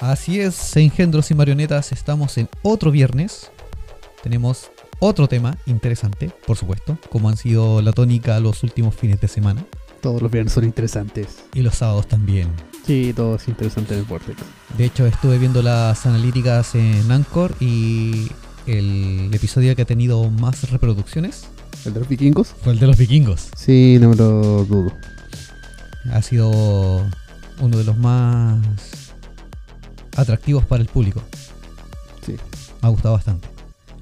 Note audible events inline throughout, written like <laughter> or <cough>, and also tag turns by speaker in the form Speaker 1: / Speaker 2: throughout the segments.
Speaker 1: Así es, Engendros y marionetas, estamos en otro viernes. Tenemos otro tema interesante, por supuesto, como han sido la tónica los últimos fines de semana
Speaker 2: Todos los viernes son interesantes.
Speaker 1: y los sábados también.
Speaker 2: Sí, todo es interesante en el Vortex.
Speaker 1: De hecho, estuve viendo las analíticas en Anchor y el episodio que ha tenido más reproducciones
Speaker 2: ¿El de los vikingos?
Speaker 1: fue el de los vikingos.
Speaker 2: Sí, no me lo dudo.
Speaker 1: Ha sido uno de los más atractivos para el público.
Speaker 2: Sí.
Speaker 1: Me ha gustado bastante.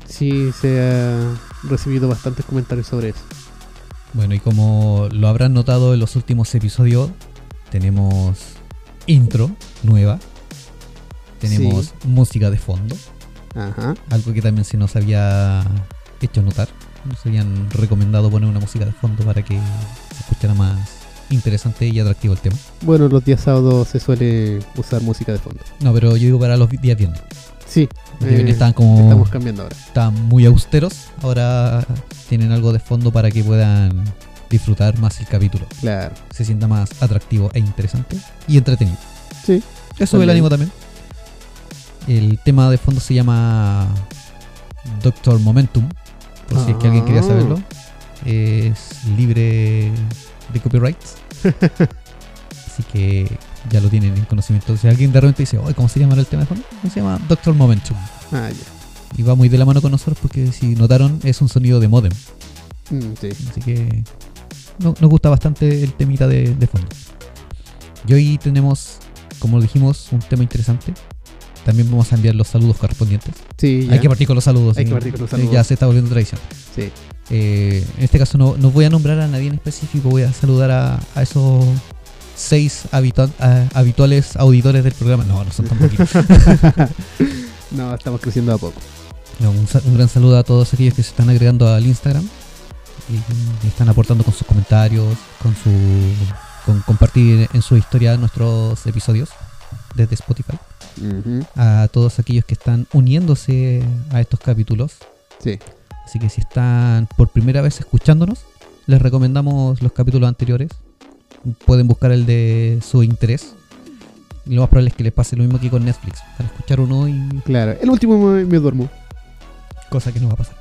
Speaker 2: Sí, se ha recibido bastantes comentarios sobre eso.
Speaker 1: Bueno, y como lo habrán notado en los últimos episodios, tenemos intro nueva. Tenemos
Speaker 2: Sí.
Speaker 1: música de fondo.
Speaker 2: Ajá.
Speaker 1: Algo que también se nos había hecho notar. Nos habían recomendado poner una música de fondo para que se escuchara más interesante y atractivo el tema.
Speaker 2: Bueno, los días sábados se suele usar música de fondo.
Speaker 1: No, pero yo digo para los vi- días viernes.
Speaker 2: Sí,
Speaker 1: Los días
Speaker 2: eh,
Speaker 1: viernes estaban como
Speaker 2: estamos cambiando ahora.
Speaker 1: estaban muy austeros. Ahora tienen algo de fondo para que puedan disfrutar más el capítulo.
Speaker 2: Claro.
Speaker 1: Se sienta más atractivo e interesante y entretenido.
Speaker 2: Sí.
Speaker 1: Eso sube el
Speaker 2: También.
Speaker 1: ánimo también. El tema de fondo se llama Doctor Momentum, por si es que alguien quería
Speaker 2: Ah.
Speaker 1: saberlo. Es libre de
Speaker 2: <laughs>
Speaker 1: copyrights. Así que ya lo tienen en conocimiento. Si alguien de repente dice, "Oye, ¿cómo se llama el tema de fondo? Se llama Doctor Momentum.
Speaker 2: Ah, ya.
Speaker 1: Y va muy de la mano con nosotros porque si notaron es un sonido de modem.
Speaker 2: Mm, sí.
Speaker 1: Así que no- nos gusta bastante el temita de, de fondo. Y hoy tenemos, como dijimos, un tema interesante. También vamos a enviar los saludos correspondientes.
Speaker 2: Sí,
Speaker 1: Hay
Speaker 2: ya.
Speaker 1: que partir con los saludos.
Speaker 2: Hay
Speaker 1: sí.
Speaker 2: que partir con los
Speaker 1: Sí,
Speaker 2: saludos.
Speaker 1: Ya se está volviendo tradición.
Speaker 2: Sí.
Speaker 1: Eh, en este caso no, no voy a nombrar a nadie en específico, voy a saludar a, a esos seis habitu- a- habituales auditores del programa. No, no son tan poquitos.
Speaker 2: no, estamos creciendo a poco.
Speaker 1: No, un, sa- un gran saludo a todos aquellos que se están agregando al Instagram y, y están aportando con sus comentarios, con su con compartir en su historia nuestros episodios desde Spotify.
Speaker 2: Ujú,
Speaker 1: A todos aquellos que están uniéndose a estos capítulos.
Speaker 2: Sí,
Speaker 1: Así que si están por primera vez escuchándonos, les recomendamos los capítulos anteriores. Pueden buscar el de su interés. Y lo más probable es que les pase lo mismo que con Netflix. Para escuchar uno y
Speaker 2: claro. El último me, me duermo.
Speaker 1: cosa que no va a pasar.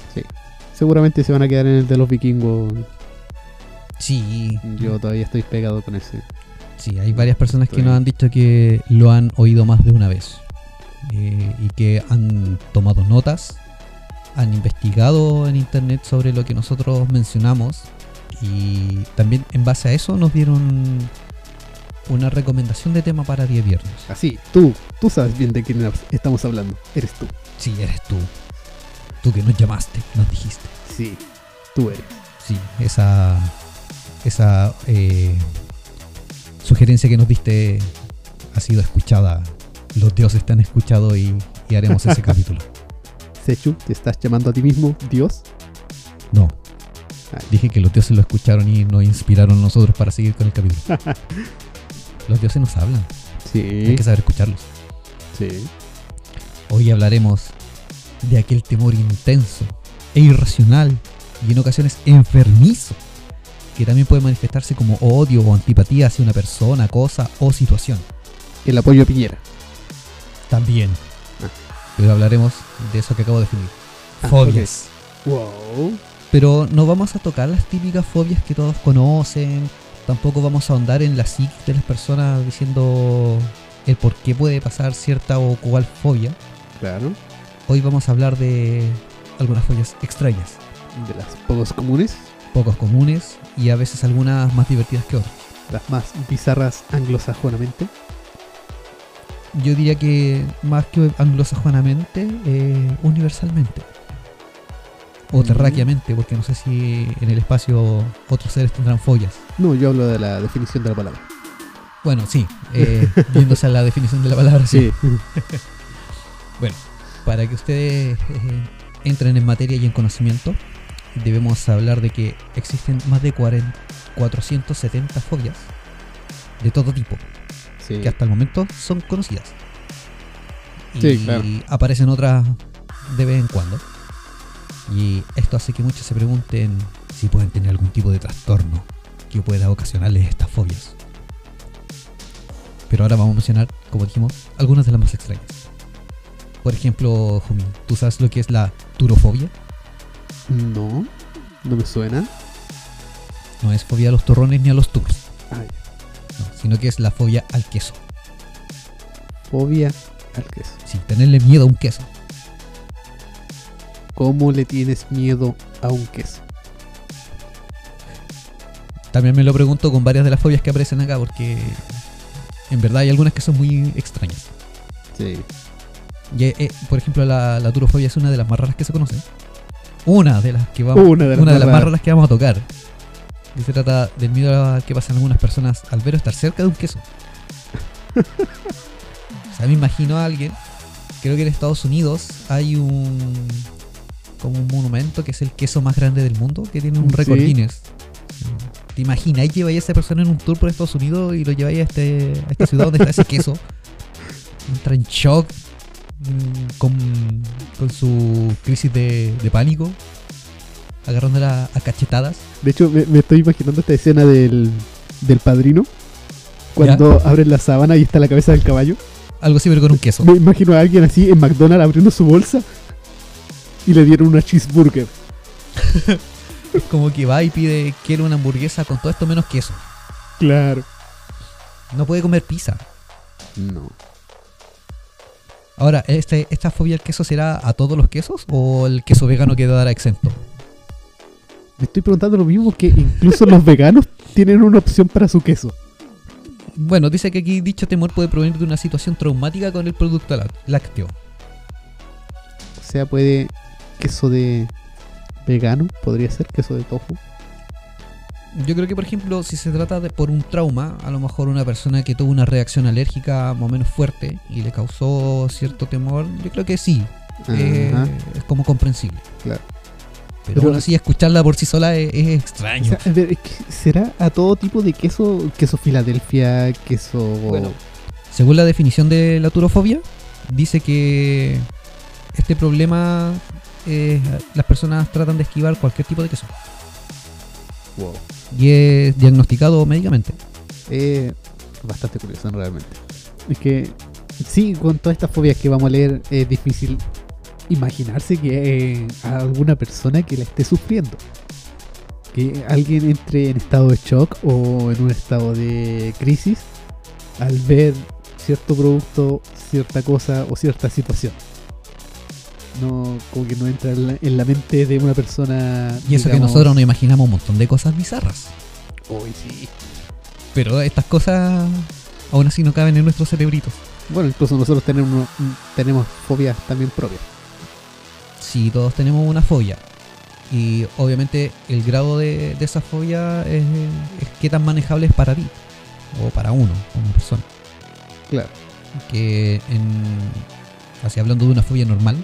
Speaker 2: Seguramente se van a quedar en el de los vikingos.
Speaker 1: Sí.
Speaker 2: Yo todavía estoy pegado con ese.
Speaker 1: Sí, hay varias personas que
Speaker 2: Estoy-
Speaker 1: nos han dicho que lo han oído más de una vez eh, y que han tomado notas, han investigado en internet sobre lo que nosotros mencionamos y también en base a eso nos dieron una recomendación de tema para 10 viernes.
Speaker 2: Así, tú, tú sabes bien de quién estamos hablando. Eres tú.
Speaker 1: Sí, eres tú. Tú que nos llamaste, nos dijiste.
Speaker 2: Sí, tú eres.
Speaker 1: Sí, esa, esa eh, sugerencia que nos diste ha sido escuchada. Los dioses te han escuchado y, y haremos ese capítulo.
Speaker 2: Sechu, te estás llamando a ti mismo Dios.
Speaker 1: No, Ah,
Speaker 2: Ay.
Speaker 1: dije que los dioses lo escucharon y nos inspiraron a nosotros para seguir con el capítulo. Los dioses nos hablan, hay
Speaker 2: Sí,
Speaker 1: que saber escucharlos.
Speaker 2: sí.
Speaker 1: Hoy hablaremos de aquel temor intenso e irracional y en ocasiones enfermizo que también puede manifestarse como odio o antipatía hacia una persona, cosa o situación.
Speaker 2: El apoyo a Piñera.
Speaker 1: También.
Speaker 2: Ah.
Speaker 1: Pero hablaremos de eso que acabo de definir.
Speaker 2: Ah,
Speaker 1: Fobias.
Speaker 2: Wow.
Speaker 1: Pero no vamos a tocar las típicas fobias que todos conocen. Tampoco vamos a ahondar en la psique de las personas diciendo el por qué puede pasar cierta o cual fobia.
Speaker 2: Claro.
Speaker 1: Hoy vamos a hablar de algunas fobias extrañas,
Speaker 2: De las pocos comunes,
Speaker 1: pocos comunes y a veces algunas más divertidas que otras.
Speaker 2: las más bizarras anglosajonamente.
Speaker 1: yo diría que más que anglosajonamente, eh, universalmente. O
Speaker 2: Mm.
Speaker 1: terráqueamente, porque no sé si en el espacio otros seres tendrán follas.
Speaker 2: No, yo hablo de la definición de la palabra.
Speaker 1: Bueno, sí, eh, yéndose a la definición de la palabra, sí. Para que ustedes eh, entren en materia y en conocimiento, debemos hablar de que existen más de 40 470 fobias de todo tipo,
Speaker 2: sí.
Speaker 1: que hasta el momento son conocidas. Y
Speaker 2: Sí, claro.
Speaker 1: aparecen otras de vez en cuando. Y esto hace que muchos se pregunten si pueden tener algún tipo de trastorno que pueda ocasionarles estas fobias. Pero ahora vamos a mencionar, como dijimos, algunas de las más extrañas. Por ejemplo, Jumi, ¿tú sabes lo que es la turofobia?
Speaker 2: No, no me suena.
Speaker 1: No es fobia a los torrones ni a los tours,
Speaker 2: Ay,
Speaker 1: no, sino que es la fobia al queso.
Speaker 2: fobia al queso.
Speaker 1: Sí, tenerle miedo a un queso.
Speaker 2: ¿Cómo le tienes miedo a un queso?
Speaker 1: También me lo pregunto con varias de las fobias que aparecen acá, porque en verdad hay algunas que son muy extrañas.
Speaker 2: Sí.
Speaker 1: Y, eh, eh, por ejemplo, la, la turofobia es una de las más raras que se conocen. Una de las que vamos,
Speaker 2: Una Uh, de las
Speaker 1: una de
Speaker 2: más
Speaker 1: las más
Speaker 2: raras.
Speaker 1: raras que vamos a tocar. Y se trata del miedo a que pasan algunas personas al ver o estar cerca de un
Speaker 2: <laughs>
Speaker 1: queso. o sea, me imagino a alguien. Creo que en Estados Unidos hay un como un monumento que es el queso más grande del mundo, que tiene un
Speaker 2: Sí.
Speaker 1: récord Guinness. ¿Te imaginas? Y lleváis a esa persona en un tour por Estados Unidos y lo lleváis a, este, a esta ciudad donde está ese queso. Entra en shock mm, con, con su crisis de, de pánico, agarrándola a cachetadas.
Speaker 2: De hecho, me, me estoy imaginando esta escena del, del padrino. Cuando abren la sábana y está la cabeza del caballo.
Speaker 1: Algo así, pero con un
Speaker 2: <laughs>
Speaker 1: queso.
Speaker 2: Me imagino a alguien así en McDonald's abriendo su bolsa y le dieron una cheeseburger.
Speaker 1: Como que va y pide, quiere una hamburguesa con todo esto menos queso.
Speaker 2: Claro.
Speaker 1: No puede comer pizza.
Speaker 2: No.
Speaker 1: Ahora, este, ¿esta fobia al queso será a todos los quesos o el queso vegano quedará exento?
Speaker 2: Me estoy preguntando lo mismo que incluso los veganos tienen una opción para su queso.
Speaker 1: Bueno, dice que aquí dicho temor puede provenir de una situación traumática con el producto lá- lácteo.
Speaker 2: O sea, puede queso de vegano, podría ser queso de tofu.
Speaker 1: Yo creo que, por ejemplo, si se trata de por un trauma, a lo mejor una persona que tuvo una reacción alérgica más o menos fuerte y le causó cierto temor, yo creo que sí, eh,
Speaker 2: Ajá.
Speaker 1: es como comprensible.
Speaker 2: Claro.
Speaker 1: Pero,
Speaker 2: Pero-
Speaker 1: aún así, escucharla por sí sola es, es
Speaker 2: O
Speaker 1: extraño.
Speaker 2: sea, a ver, es que ¿será a todo tipo de queso? Queso Filadelfia, queso...
Speaker 1: Bueno. Según la definición de la turofobia, dice que este problema eh, las personas tratan de esquivar cualquier tipo de queso
Speaker 2: Wow.
Speaker 1: y es diagnosticado médicamente.
Speaker 2: Eh, bastante curioso, realmente. Es que, sí, con todas estas fobias que vamos a leer, es difícil imaginarse que eh, a alguna persona que la esté sufriendo. Que alguien entre en estado de shock o en un estado de crisis al ver cierto producto, cierta cosa o cierta situación. No, como que no entra en la, en la mente de una persona.
Speaker 1: Y eso que
Speaker 2: digamos,
Speaker 1: nosotros nos imaginamos un montón de cosas bizarras.
Speaker 2: "Uy, sí".
Speaker 1: Pero estas cosas aún así no caben en nuestros cerebritos.
Speaker 2: Bueno, incluso nosotros tenemos, tenemos fobias también propias.
Speaker 1: Si todos tenemos una fobia y obviamente el grado de, de esa fobia es, es qué tan manejable es para ti o para uno como persona.
Speaker 2: Claro.
Speaker 1: que en, así hablando de una fobia normal,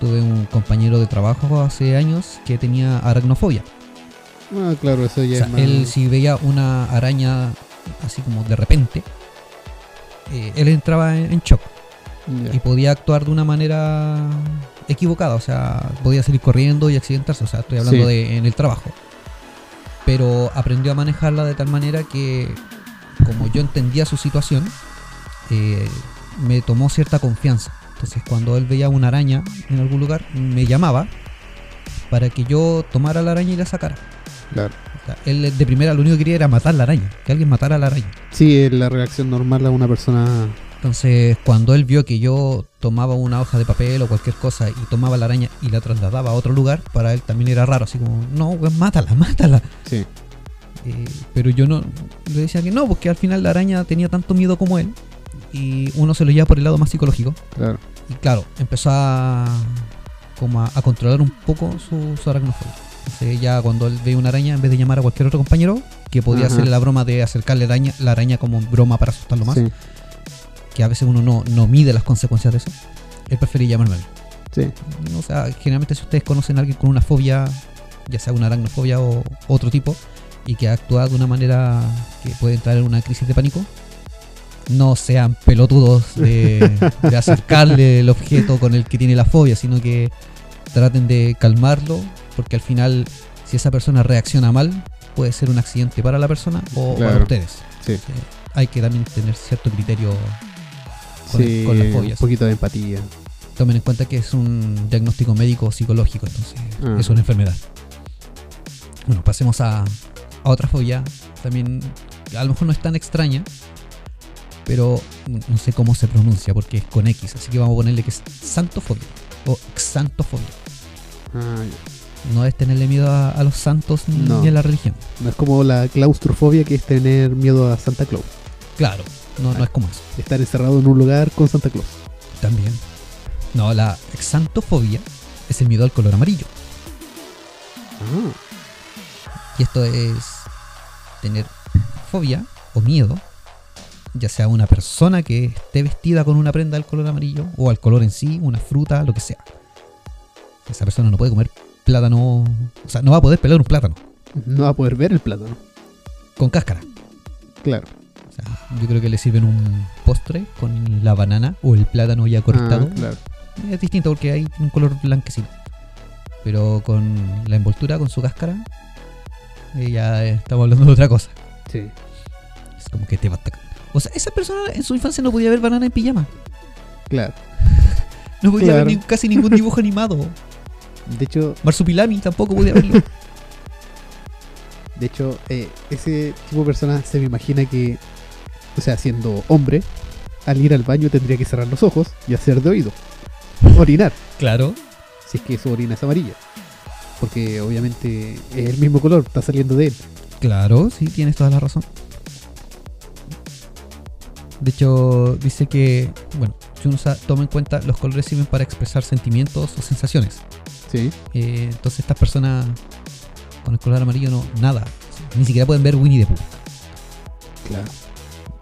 Speaker 1: tuve un compañero de trabajo hace años que tenía aracnofobia.
Speaker 2: Ah, claro, eso ya
Speaker 1: O sea,
Speaker 2: es más.
Speaker 1: él si veía una araña así como de repente, eh, él entraba en, en shock
Speaker 2: Ya.
Speaker 1: y podía actuar de una manera equivocada, o sea, podía salir corriendo y accidentarse, o sea, estoy hablando
Speaker 2: Sí.
Speaker 1: de en el trabajo. Pero aprendió a manejarla de tal manera que, como yo entendía su situación, eh, me tomó cierta confianza. Entonces, cuando él veía una araña en algún lugar, me llamaba para que yo tomara la araña y la sacara.
Speaker 2: Claro.
Speaker 1: O sea, él de primera lo único que quería era matar la araña, que alguien matara a la araña.
Speaker 2: Sí, es la reacción normal a una persona.
Speaker 1: Entonces, cuando él vio que yo tomaba una hoja de papel o cualquier cosa y tomaba la araña y la trasladaba a otro lugar, para él también era raro, así como, no, weón, mátala, <laughs> mátala.
Speaker 2: Sí.
Speaker 1: pues Eh, pero yo no, le decía que no, porque al final la araña tenía tanto miedo como él, y uno se lo lleva por el lado más psicológico.
Speaker 2: Claro.
Speaker 1: Y claro, empezó a, como a, a controlar un poco su, su aracnofobia. Entonces, ya cuando él ve una araña, en vez de llamar a cualquier otro compañero, que podía
Speaker 2: Ajá.
Speaker 1: hacerle la broma de acercarle araña, la araña como broma para asustarlo más,
Speaker 2: Sí,
Speaker 1: que a veces uno no, no mide las consecuencias de eso, él prefería llamarme a mí.
Speaker 2: sí.
Speaker 1: O sea, generalmente si ustedes conocen a alguien con una fobia, ya sea una aracnofobia o otro tipo, y que actúa de una manera que puede entrar en una crisis de pánico, no sean pelotudos de, de acercarle el objeto con el que tiene la fobia, sino que traten de calmarlo, porque al final, si esa persona reacciona mal, puede ser un accidente para la persona o
Speaker 2: Claro.
Speaker 1: para ustedes.
Speaker 2: Sí.
Speaker 1: Hay que también tener cierto criterio. Con- con las fobias.
Speaker 2: Un poquito de empatía.
Speaker 1: Tomen en cuenta que es un diagnóstico médico psicológico, entonces
Speaker 2: Ah.
Speaker 1: es una enfermedad. Bueno, pasemos a, a otra fobia. También, a lo mejor no es tan extraña, pero no sé cómo se pronuncia porque es con X, así que vamos a ponerle que es santofobia o xantofobia.
Speaker 2: Ah,
Speaker 1: No es tenerle miedo a, a los santos ni,
Speaker 2: No.
Speaker 1: ni a la religión.
Speaker 2: no es como la claustrofobia que es tener miedo a Santa Claus.
Speaker 1: Claro, no, no es como eso.
Speaker 2: Estar encerrado en un lugar con Santa Claus.
Speaker 1: También. No, la xantofobia es el miedo al color amarillo.
Speaker 2: Ah,
Speaker 1: Y esto es tener fobia o miedo, ya sea a una persona que esté vestida con una prenda del color amarillo o al color en sí, una fruta, lo que sea. Esa persona no puede comer plátano, o sea, no va a poder pelar un plátano
Speaker 2: no va a poder ver el plátano.
Speaker 1: con cáscara.
Speaker 2: Claro.
Speaker 1: O sea, yo creo que le sirven un postre con la banana o el plátano ya cortado.
Speaker 2: Ah, claro.
Speaker 1: Es distinto porque hay un color blanquecino. Pero con la envoltura, con su cáscara, eh, ya estamos hablando de otra cosa.
Speaker 2: Sí.
Speaker 1: Es como que te va a atacar. O sea, esa persona en su infancia no podía ver banana en pijama.
Speaker 2: Claro.
Speaker 1: No podía
Speaker 2: Claro.
Speaker 1: ver ni- casi ningún dibujo animado. <laughs>
Speaker 2: De hecho,
Speaker 1: Marsupilami tampoco podía verlo.
Speaker 2: De hecho, eh, ese tipo de persona se me imagina que, o sea, siendo hombre, al ir al baño tendría que cerrar los ojos y hacer de oído. Orinar,
Speaker 1: claro.
Speaker 2: si es que su orina es amarilla. Porque obviamente es el mismo color, está saliendo de él.
Speaker 1: Claro, sí, tienes toda la razón. De hecho, dice que, bueno, si uno sa- toma en cuenta, los colores sirven para expresar sentimientos o sensaciones.
Speaker 2: Sí.
Speaker 1: Eh, entonces estas personas con el color amarillo no, nada. Ni siquiera pueden ver Winnie the Pooh.
Speaker 2: Claro.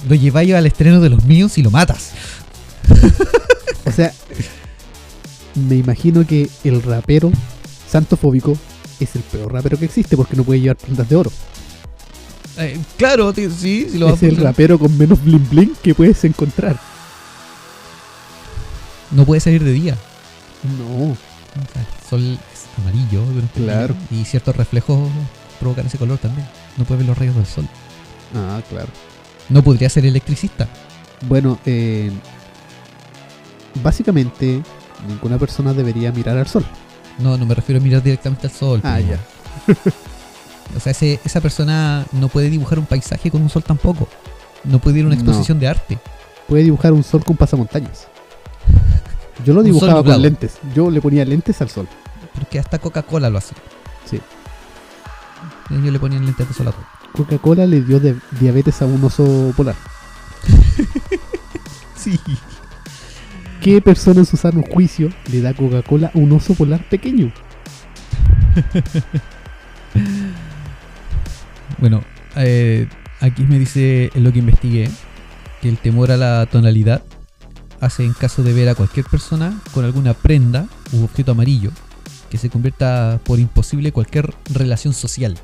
Speaker 1: Lo lleváis al estreno de los míos y lo matas.
Speaker 2: O sea, me imagino que el rapero santofóbico es el peor rapero que existe porque no puede llevar prendas de oro.
Speaker 1: Eh, claro, tío, sí, sí lo
Speaker 2: es el
Speaker 1: poner.
Speaker 2: rapero con menos bling bling que puedes encontrar.
Speaker 1: No puede salir de día.
Speaker 2: No.
Speaker 1: O sea, el sol es amarillo durante el
Speaker 2: Claro.
Speaker 1: día y ciertos reflejos provocan ese color también. No puede ver los rayos del sol.
Speaker 2: Ah, claro.
Speaker 1: No podría ser electricista.
Speaker 2: Bueno, eh, básicamente ninguna persona debería mirar al sol.
Speaker 1: No, no me refiero a mirar directamente al sol.
Speaker 2: Ah,
Speaker 1: pero-
Speaker 2: ya.
Speaker 1: <laughs> O sea, ese- esa persona no puede dibujar un paisaje con un sol tampoco. No puede ir a una
Speaker 2: No.
Speaker 1: exposición de arte.
Speaker 2: Puede dibujar un sol con pasamontañas. Yo lo
Speaker 1: Un sol
Speaker 2: dibujaba
Speaker 1: nublado.
Speaker 2: con lentes. Yo le ponía lentes al sol.
Speaker 1: Porque hasta Coca-Cola lo hace.
Speaker 2: Sí.
Speaker 1: Ellos le ponían lentes de sol a todo.
Speaker 2: Coca-Cola le dio de- diabetes a un oso polar.
Speaker 1: Sí.
Speaker 2: ¿Qué persona en su sano juicio le da Coca-Cola a un oso polar pequeño?
Speaker 1: Bueno, eh, aquí me dice en lo que investigué que el temor a la tonalidad hace en caso de ver a cualquier persona con alguna prenda u objeto amarillo que se convierta por imposible cualquier relación social.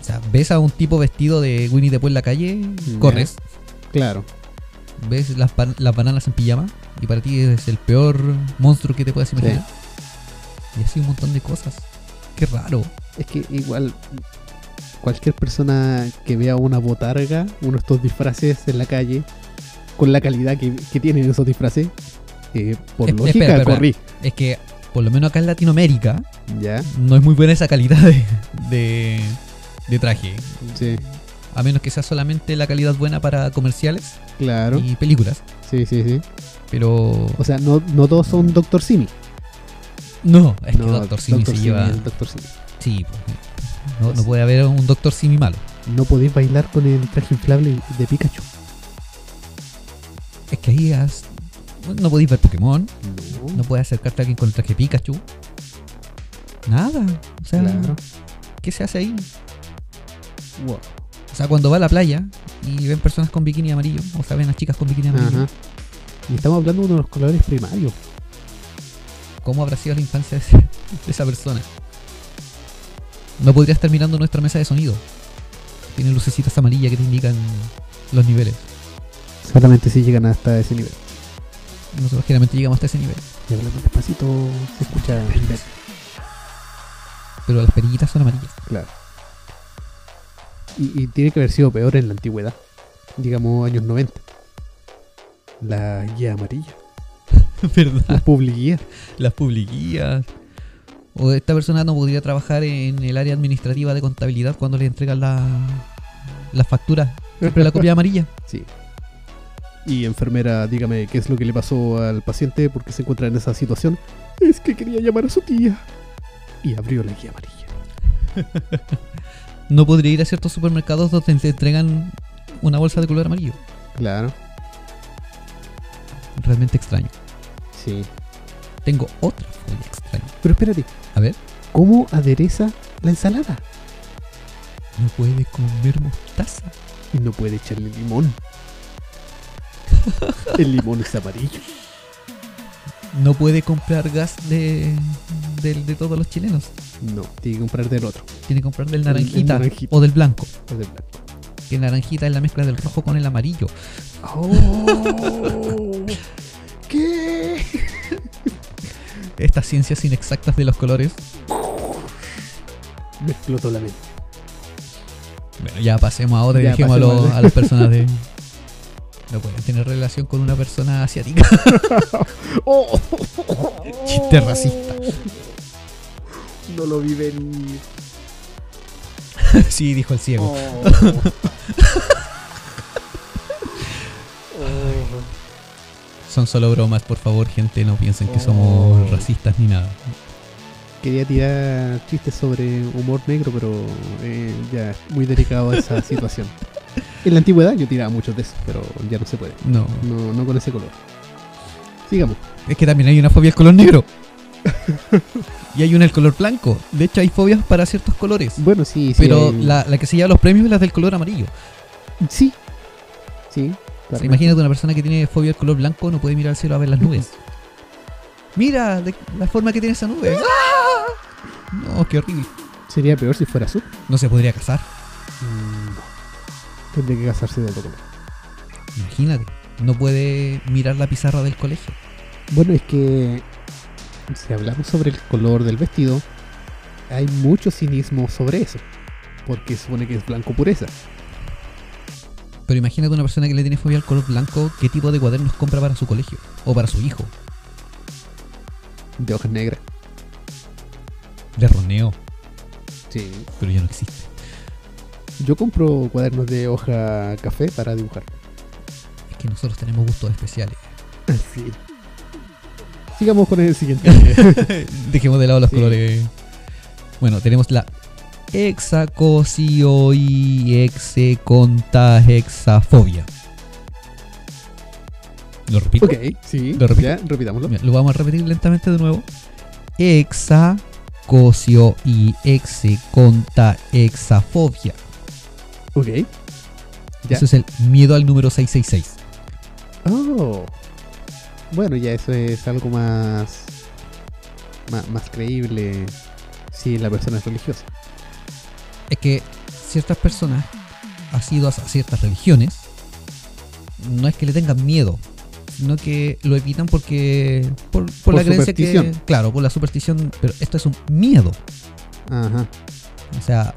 Speaker 1: O sea, ves a un tipo vestido de Winnie the Pooh en la calle,
Speaker 2: Ya.
Speaker 1: corres,
Speaker 2: Claro.
Speaker 1: ves las, ban- las bananas en pijama y para ti es el peor monstruo que te puedas imaginar. Y así un montón de cosas. Qué raro.
Speaker 2: Es que igual cualquier persona que vea una botarga, uno de estos disfraces en la calle, con la calidad que, que tienen esos disfraces, eh, por
Speaker 1: Espe-
Speaker 2: lógica
Speaker 1: espera, espera,
Speaker 2: corrí.
Speaker 1: Es que, por lo menos acá en Latinoamérica,
Speaker 2: Ya,
Speaker 1: no es muy buena esa calidad de, de, de traje.
Speaker 2: sí,
Speaker 1: A menos que sea solamente la calidad buena para comerciales
Speaker 2: claro.
Speaker 1: y películas.
Speaker 2: Sí, sí, sí.
Speaker 1: Pero
Speaker 2: O sea, no, no todos son Doctor Simi.
Speaker 1: no, es
Speaker 2: No,
Speaker 1: que Doctor Simi
Speaker 2: Dr.
Speaker 1: se lleva.
Speaker 2: es el Dr. Simi.
Speaker 1: Sí, pues, no, no puede haber un Doctor Simi malo.
Speaker 2: No podéis bailar con el traje inflable de Pikachu.
Speaker 1: caías. No podéis ver Pokémon.
Speaker 2: No.
Speaker 1: No puedes acercarte a alguien con el traje Pikachu. Nada. O sea,
Speaker 2: Claro.
Speaker 1: ¿qué se hace ahí?
Speaker 2: Wow.
Speaker 1: O sea, cuando va a la playa y ven personas con bikini amarillo, o sea, ven a chicas con bikini amarillo,
Speaker 2: Ajá. Y estamos hablando de uno de los colores primarios.
Speaker 1: ¿cómo habrá sido la infancia de, ese- <laughs> de esa persona? No podría estar mirando nuestra mesa de sonido. Tiene lucecitas amarillas que te indican los niveles.
Speaker 2: Exactamente si llegan hasta ese nivel.
Speaker 1: Nosotros generalmente llegamos hasta ese nivel.
Speaker 2: Y hablando despacito, se escucha en verde.
Speaker 1: Pero las perillitas son amarillas. <laughs>
Speaker 2: Claro. <laughs> Y, y tiene que haber sido peor en la antigüedad. Digamos años 90. La guía amarilla.
Speaker 1: ¿Verdad?
Speaker 2: La publiguía.
Speaker 1: Las publiquías. O esta persona no podría trabajar en el área administrativa de contabilidad cuando le entregan la, las facturas. Siempre la copia amarilla.
Speaker 2: Sí. Y enfermera, dígame qué es lo que le pasó al paciente porque se encuentra en esa situación. Es que quería llamar a su tía. Y abrió la guía amarilla.
Speaker 1: No podría ir a ciertos supermercados donde te entregan una bolsa de color amarillo.
Speaker 2: Claro,
Speaker 1: Realmente extraño.
Speaker 2: sí.
Speaker 1: Tengo otra fobia extraña.
Speaker 2: Pero espérate.
Speaker 1: A ver.
Speaker 2: ¿Cómo adereza la ensalada?
Speaker 1: No puede comer mostaza.
Speaker 2: Y no puede echarle <laughs> limón. El limón es amarillo.
Speaker 1: No puede comprar gas de, del- de todos los chilenos.
Speaker 2: No, tiene que comprar del otro.
Speaker 1: Tiene que comprar del
Speaker 2: Del- del
Speaker 1: naranjita,
Speaker 2: naranjita.
Speaker 1: o del blanco.
Speaker 2: o del blanco.
Speaker 1: Que el naranjita es la mezcla del rojo con el amarillo.
Speaker 2: Oh, ¿Qué?
Speaker 1: Estas ciencias inexactas de los colores.
Speaker 2: Me explotó la mente.
Speaker 1: Bueno, ya pasemos a otra y
Speaker 2: Ya,
Speaker 1: dejemos a,
Speaker 2: pasemos
Speaker 1: los-
Speaker 2: a otra.
Speaker 1: a las personas
Speaker 2: <laughs>
Speaker 1: de... No pueden tener relación con una persona asiática. <laughs>
Speaker 2: Oh.
Speaker 1: Chiste racista.
Speaker 2: No lo vi venir.
Speaker 1: sí, dijo el ciego.
Speaker 2: Oh. Oh.
Speaker 1: Son solo bromas, por favor, gente. No piensen que
Speaker 2: Oh.
Speaker 1: somos racistas ni nada.
Speaker 2: Quería tirar chistes sobre humor negro, pero eh, ya es muy delicado
Speaker 1: <laughs>
Speaker 2: esa situación. En la antigüedad yo tiraba muchos de esos, pero ya no se puede.
Speaker 1: No.
Speaker 2: No, no con ese color. Sigamos.
Speaker 1: Es que también hay una fobia al color negro. y hay una al color blanco. De hecho, hay fobias para ciertos colores.
Speaker 2: Bueno, sí, sí.
Speaker 1: Pero
Speaker 2: hay-
Speaker 1: la, la que se lleva los premios es la del color amarillo.
Speaker 2: Sí. Sí.
Speaker 1: O sea,
Speaker 2: claro.
Speaker 1: imagínate una persona que tiene fobia al color blanco no puede mirar al cielo a ver las nubes. Mira de- la forma que tiene esa
Speaker 2: <laughs>
Speaker 1: nube. ¡Ah! No, qué horrible.
Speaker 2: Sería peor si fuera azul.
Speaker 1: No se podría casar.
Speaker 2: Mm. Tendría que casarse de otro color.
Speaker 1: Imagínate. No puede mirar la pizarra del colegio.
Speaker 2: Bueno, es que si hablamos sobre el color del vestido, hay mucho cinismo sobre eso. Porque supone que es blanco pureza.
Speaker 1: Pero imagínate una persona que le tiene fobia al color blanco, ¿qué tipo de cuadernos compra para su colegio? O para su hijo.
Speaker 2: De hojas negras.
Speaker 1: De roneo,
Speaker 2: Sí.
Speaker 1: pero ya no existe.
Speaker 2: Yo compro cuadernos de hoja café
Speaker 1: <laughs>
Speaker 2: para dibujar.
Speaker 1: Es que nosotros tenemos gustos especiales.
Speaker 2: Sí. Sigamos con
Speaker 1: <laughs>
Speaker 2: el siguiente.
Speaker 1: Dejemos de lado los
Speaker 2: Sí.
Speaker 1: colores. Bueno, tenemos la hexacosioy hexacontahexafobia. Lo repito.
Speaker 2: ok, sí.
Speaker 1: ¿Lo repito?
Speaker 2: Ya, repitámoslo.
Speaker 1: Mira, Lo vamos a repetir lentamente de nuevo. Hexacosioy hexacontahexafobia.
Speaker 2: Ok. Ya.
Speaker 1: Eso es el miedo al número 666.
Speaker 2: Oh. Bueno, ya eso es algo más, más. más creíble si la persona es religiosa.
Speaker 1: es que ciertas personas asiduas a ciertas religiones no es que le tengan miedo, sino que lo evitan porque por, por
Speaker 2: Por
Speaker 1: la creencia que
Speaker 2: superstición.
Speaker 1: claro, por la superstición, pero esto es un miedo.
Speaker 2: Ajá.
Speaker 1: O sea,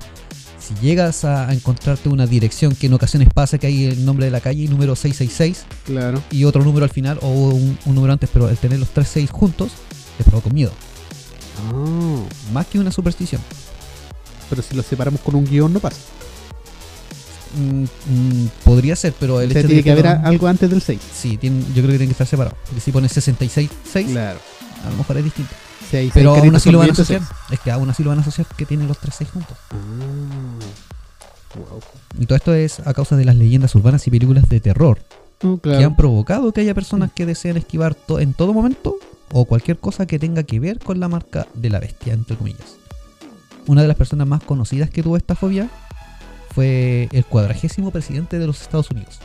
Speaker 1: si llegas a a encontrarte una dirección que en ocasiones pasa que hay el nombre de la calle y número 666
Speaker 2: Claro.
Speaker 1: y otro número al final o un, un número antes, pero el tener los tres seis juntos te provoca un miedo,
Speaker 2: Oh.
Speaker 1: más que una superstición.
Speaker 2: Pero si los separamos con un guión no pasa.
Speaker 1: Mm, mm, podría ser, pero el
Speaker 2: O sea,
Speaker 1: hecho
Speaker 2: tiene
Speaker 1: de
Speaker 2: que haber
Speaker 1: lo-
Speaker 2: a- algo antes del 6.
Speaker 1: Sí, tienen- yo creo que tienen que estar separados. Porque si pones 66, 6,
Speaker 2: Claro.
Speaker 1: a lo mejor es distinto.
Speaker 2: Si hay
Speaker 1: Pero
Speaker 2: seis
Speaker 1: aún
Speaker 2: caritas,
Speaker 1: así lo van a
Speaker 2: son
Speaker 1: asociar.
Speaker 2: 106.
Speaker 1: Es que aún así lo van a asociar que tienen los 3 6 juntos.
Speaker 2: Ah. Wow. Ah.
Speaker 1: Y todo esto es a causa de las leyendas urbanas y películas de terror.
Speaker 2: No,
Speaker 1: que
Speaker 2: claro.
Speaker 1: han provocado que haya personas que desean esquivar to- en todo momento o cualquier cosa que tenga que ver con la marca de la bestia, entre comillas. Una de las personas más conocidas que tuvo esta fobia fue el cuadragésimo presidente de los Estados Unidos.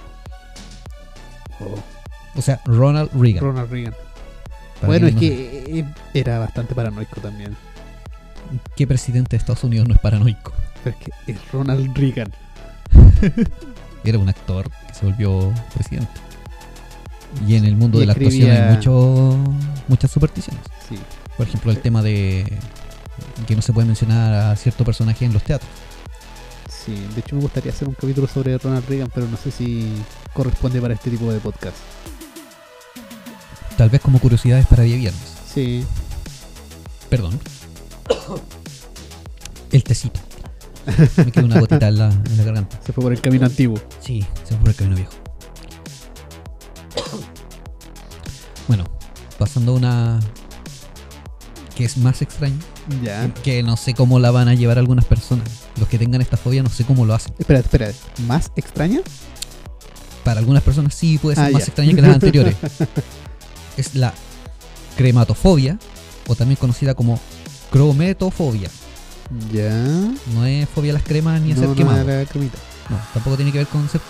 Speaker 1: O sea, Ronald Reagan.
Speaker 2: Oh, Ronald Reagan.
Speaker 1: para
Speaker 2: bueno, es
Speaker 1: quienes no
Speaker 2: que eh, era bastante paranoico también.
Speaker 1: saben. ¿Qué presidente de Estados Unidos no es paranoico?
Speaker 2: Pero es que es Ronald Reagan.
Speaker 1: Era un actor que se volvió presidente. Y en el mundo
Speaker 2: Y
Speaker 1: de la actuación hay
Speaker 2: escribía-
Speaker 1: mucho, muchas supersticiones.
Speaker 2: Sí.
Speaker 1: Por ejemplo, el tema de que no se puede mencionar a cierto personaje en los teatros.
Speaker 2: Sí, de hecho me gustaría hacer un capítulo sobre Ronald Reagan, pero no sé si corresponde para este tipo de podcast.
Speaker 1: Tal vez como curiosidades para día viernes.
Speaker 2: Sí.
Speaker 1: Perdón. El tecito. Me quedó una gotita en la, en la garganta.
Speaker 2: Se fue por el camino antiguo.
Speaker 1: Sí, se fue por el camino viejo. Bueno, pasando a una que es más extraña,
Speaker 2: Ya.
Speaker 1: Ah. que no sé cómo la van a llevar algunas personas. Los que tengan esta fobia no sé cómo lo hacen.
Speaker 2: Espera, espera. ¿Más extraña?
Speaker 1: Para algunas personas sí puede ser
Speaker 2: Ah,
Speaker 1: más
Speaker 2: ya.
Speaker 1: extraña
Speaker 2: <laughs>
Speaker 1: que las anteriores. es la crematofobia, o también conocida como crometofobia.
Speaker 2: Ya.
Speaker 1: No es fobia a las cremas ni a
Speaker 2: no,
Speaker 1: ser
Speaker 2: no
Speaker 1: quemado.
Speaker 2: era cremita.
Speaker 1: No, tampoco tiene que ver con ser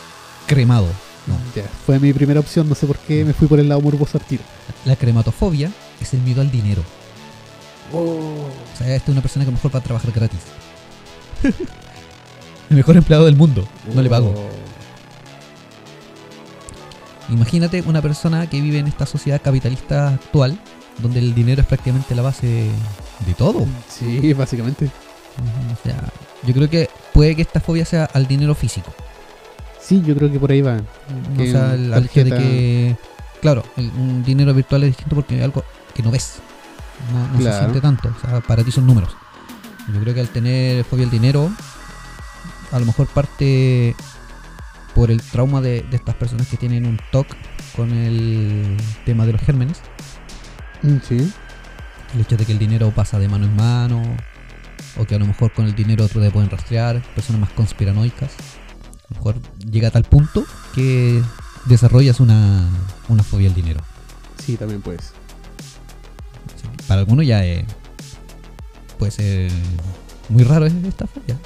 Speaker 1: cremado. No.
Speaker 2: Ya. Fue mi primera opción, no sé por qué me fui por el lado morboso al tiro.
Speaker 1: La crematofobia es el miedo al dinero.
Speaker 2: Oh.
Speaker 1: O sea, esta es una persona que a lo mejor va a trabajar gratis. <laughs> el mejor empleado del mundo. No le pago. Imagínate una persona que vive en esta sociedad capitalista actual, donde el dinero es prácticamente la base de
Speaker 2: Oh.
Speaker 1: todo.
Speaker 2: Mm, Sí, básicamente.
Speaker 1: Ujú, O sea, yo creo que puede que esta fobia sea al dinero físico.
Speaker 2: Sí, yo creo que por ahí va.
Speaker 1: o
Speaker 2: Que
Speaker 1: sea, al al hecho de
Speaker 2: tarjeta-
Speaker 1: que. Claro, el- un dinero virtual es distinto porque es algo que no ves. No, no se
Speaker 2: Claro.
Speaker 1: siente tanto. O sea, para ti son números. Yo creo que al tener fobia al dinero, a lo mejor parte por el trauma de, de estas personas que tienen un TOC con el tema de los gérmenes.
Speaker 2: Mm, Sí.
Speaker 1: El hecho de que el dinero pasa de mano en mano, o que a lo mejor con el dinero otro te pueden rastrear, personas más conspiranoicas. A lo mejor llega a tal punto que desarrollas una, una fobia al dinero.
Speaker 2: Sí, también pues.
Speaker 1: O sea, para algunos ya eh, puede ser muy raro es- esta fobia.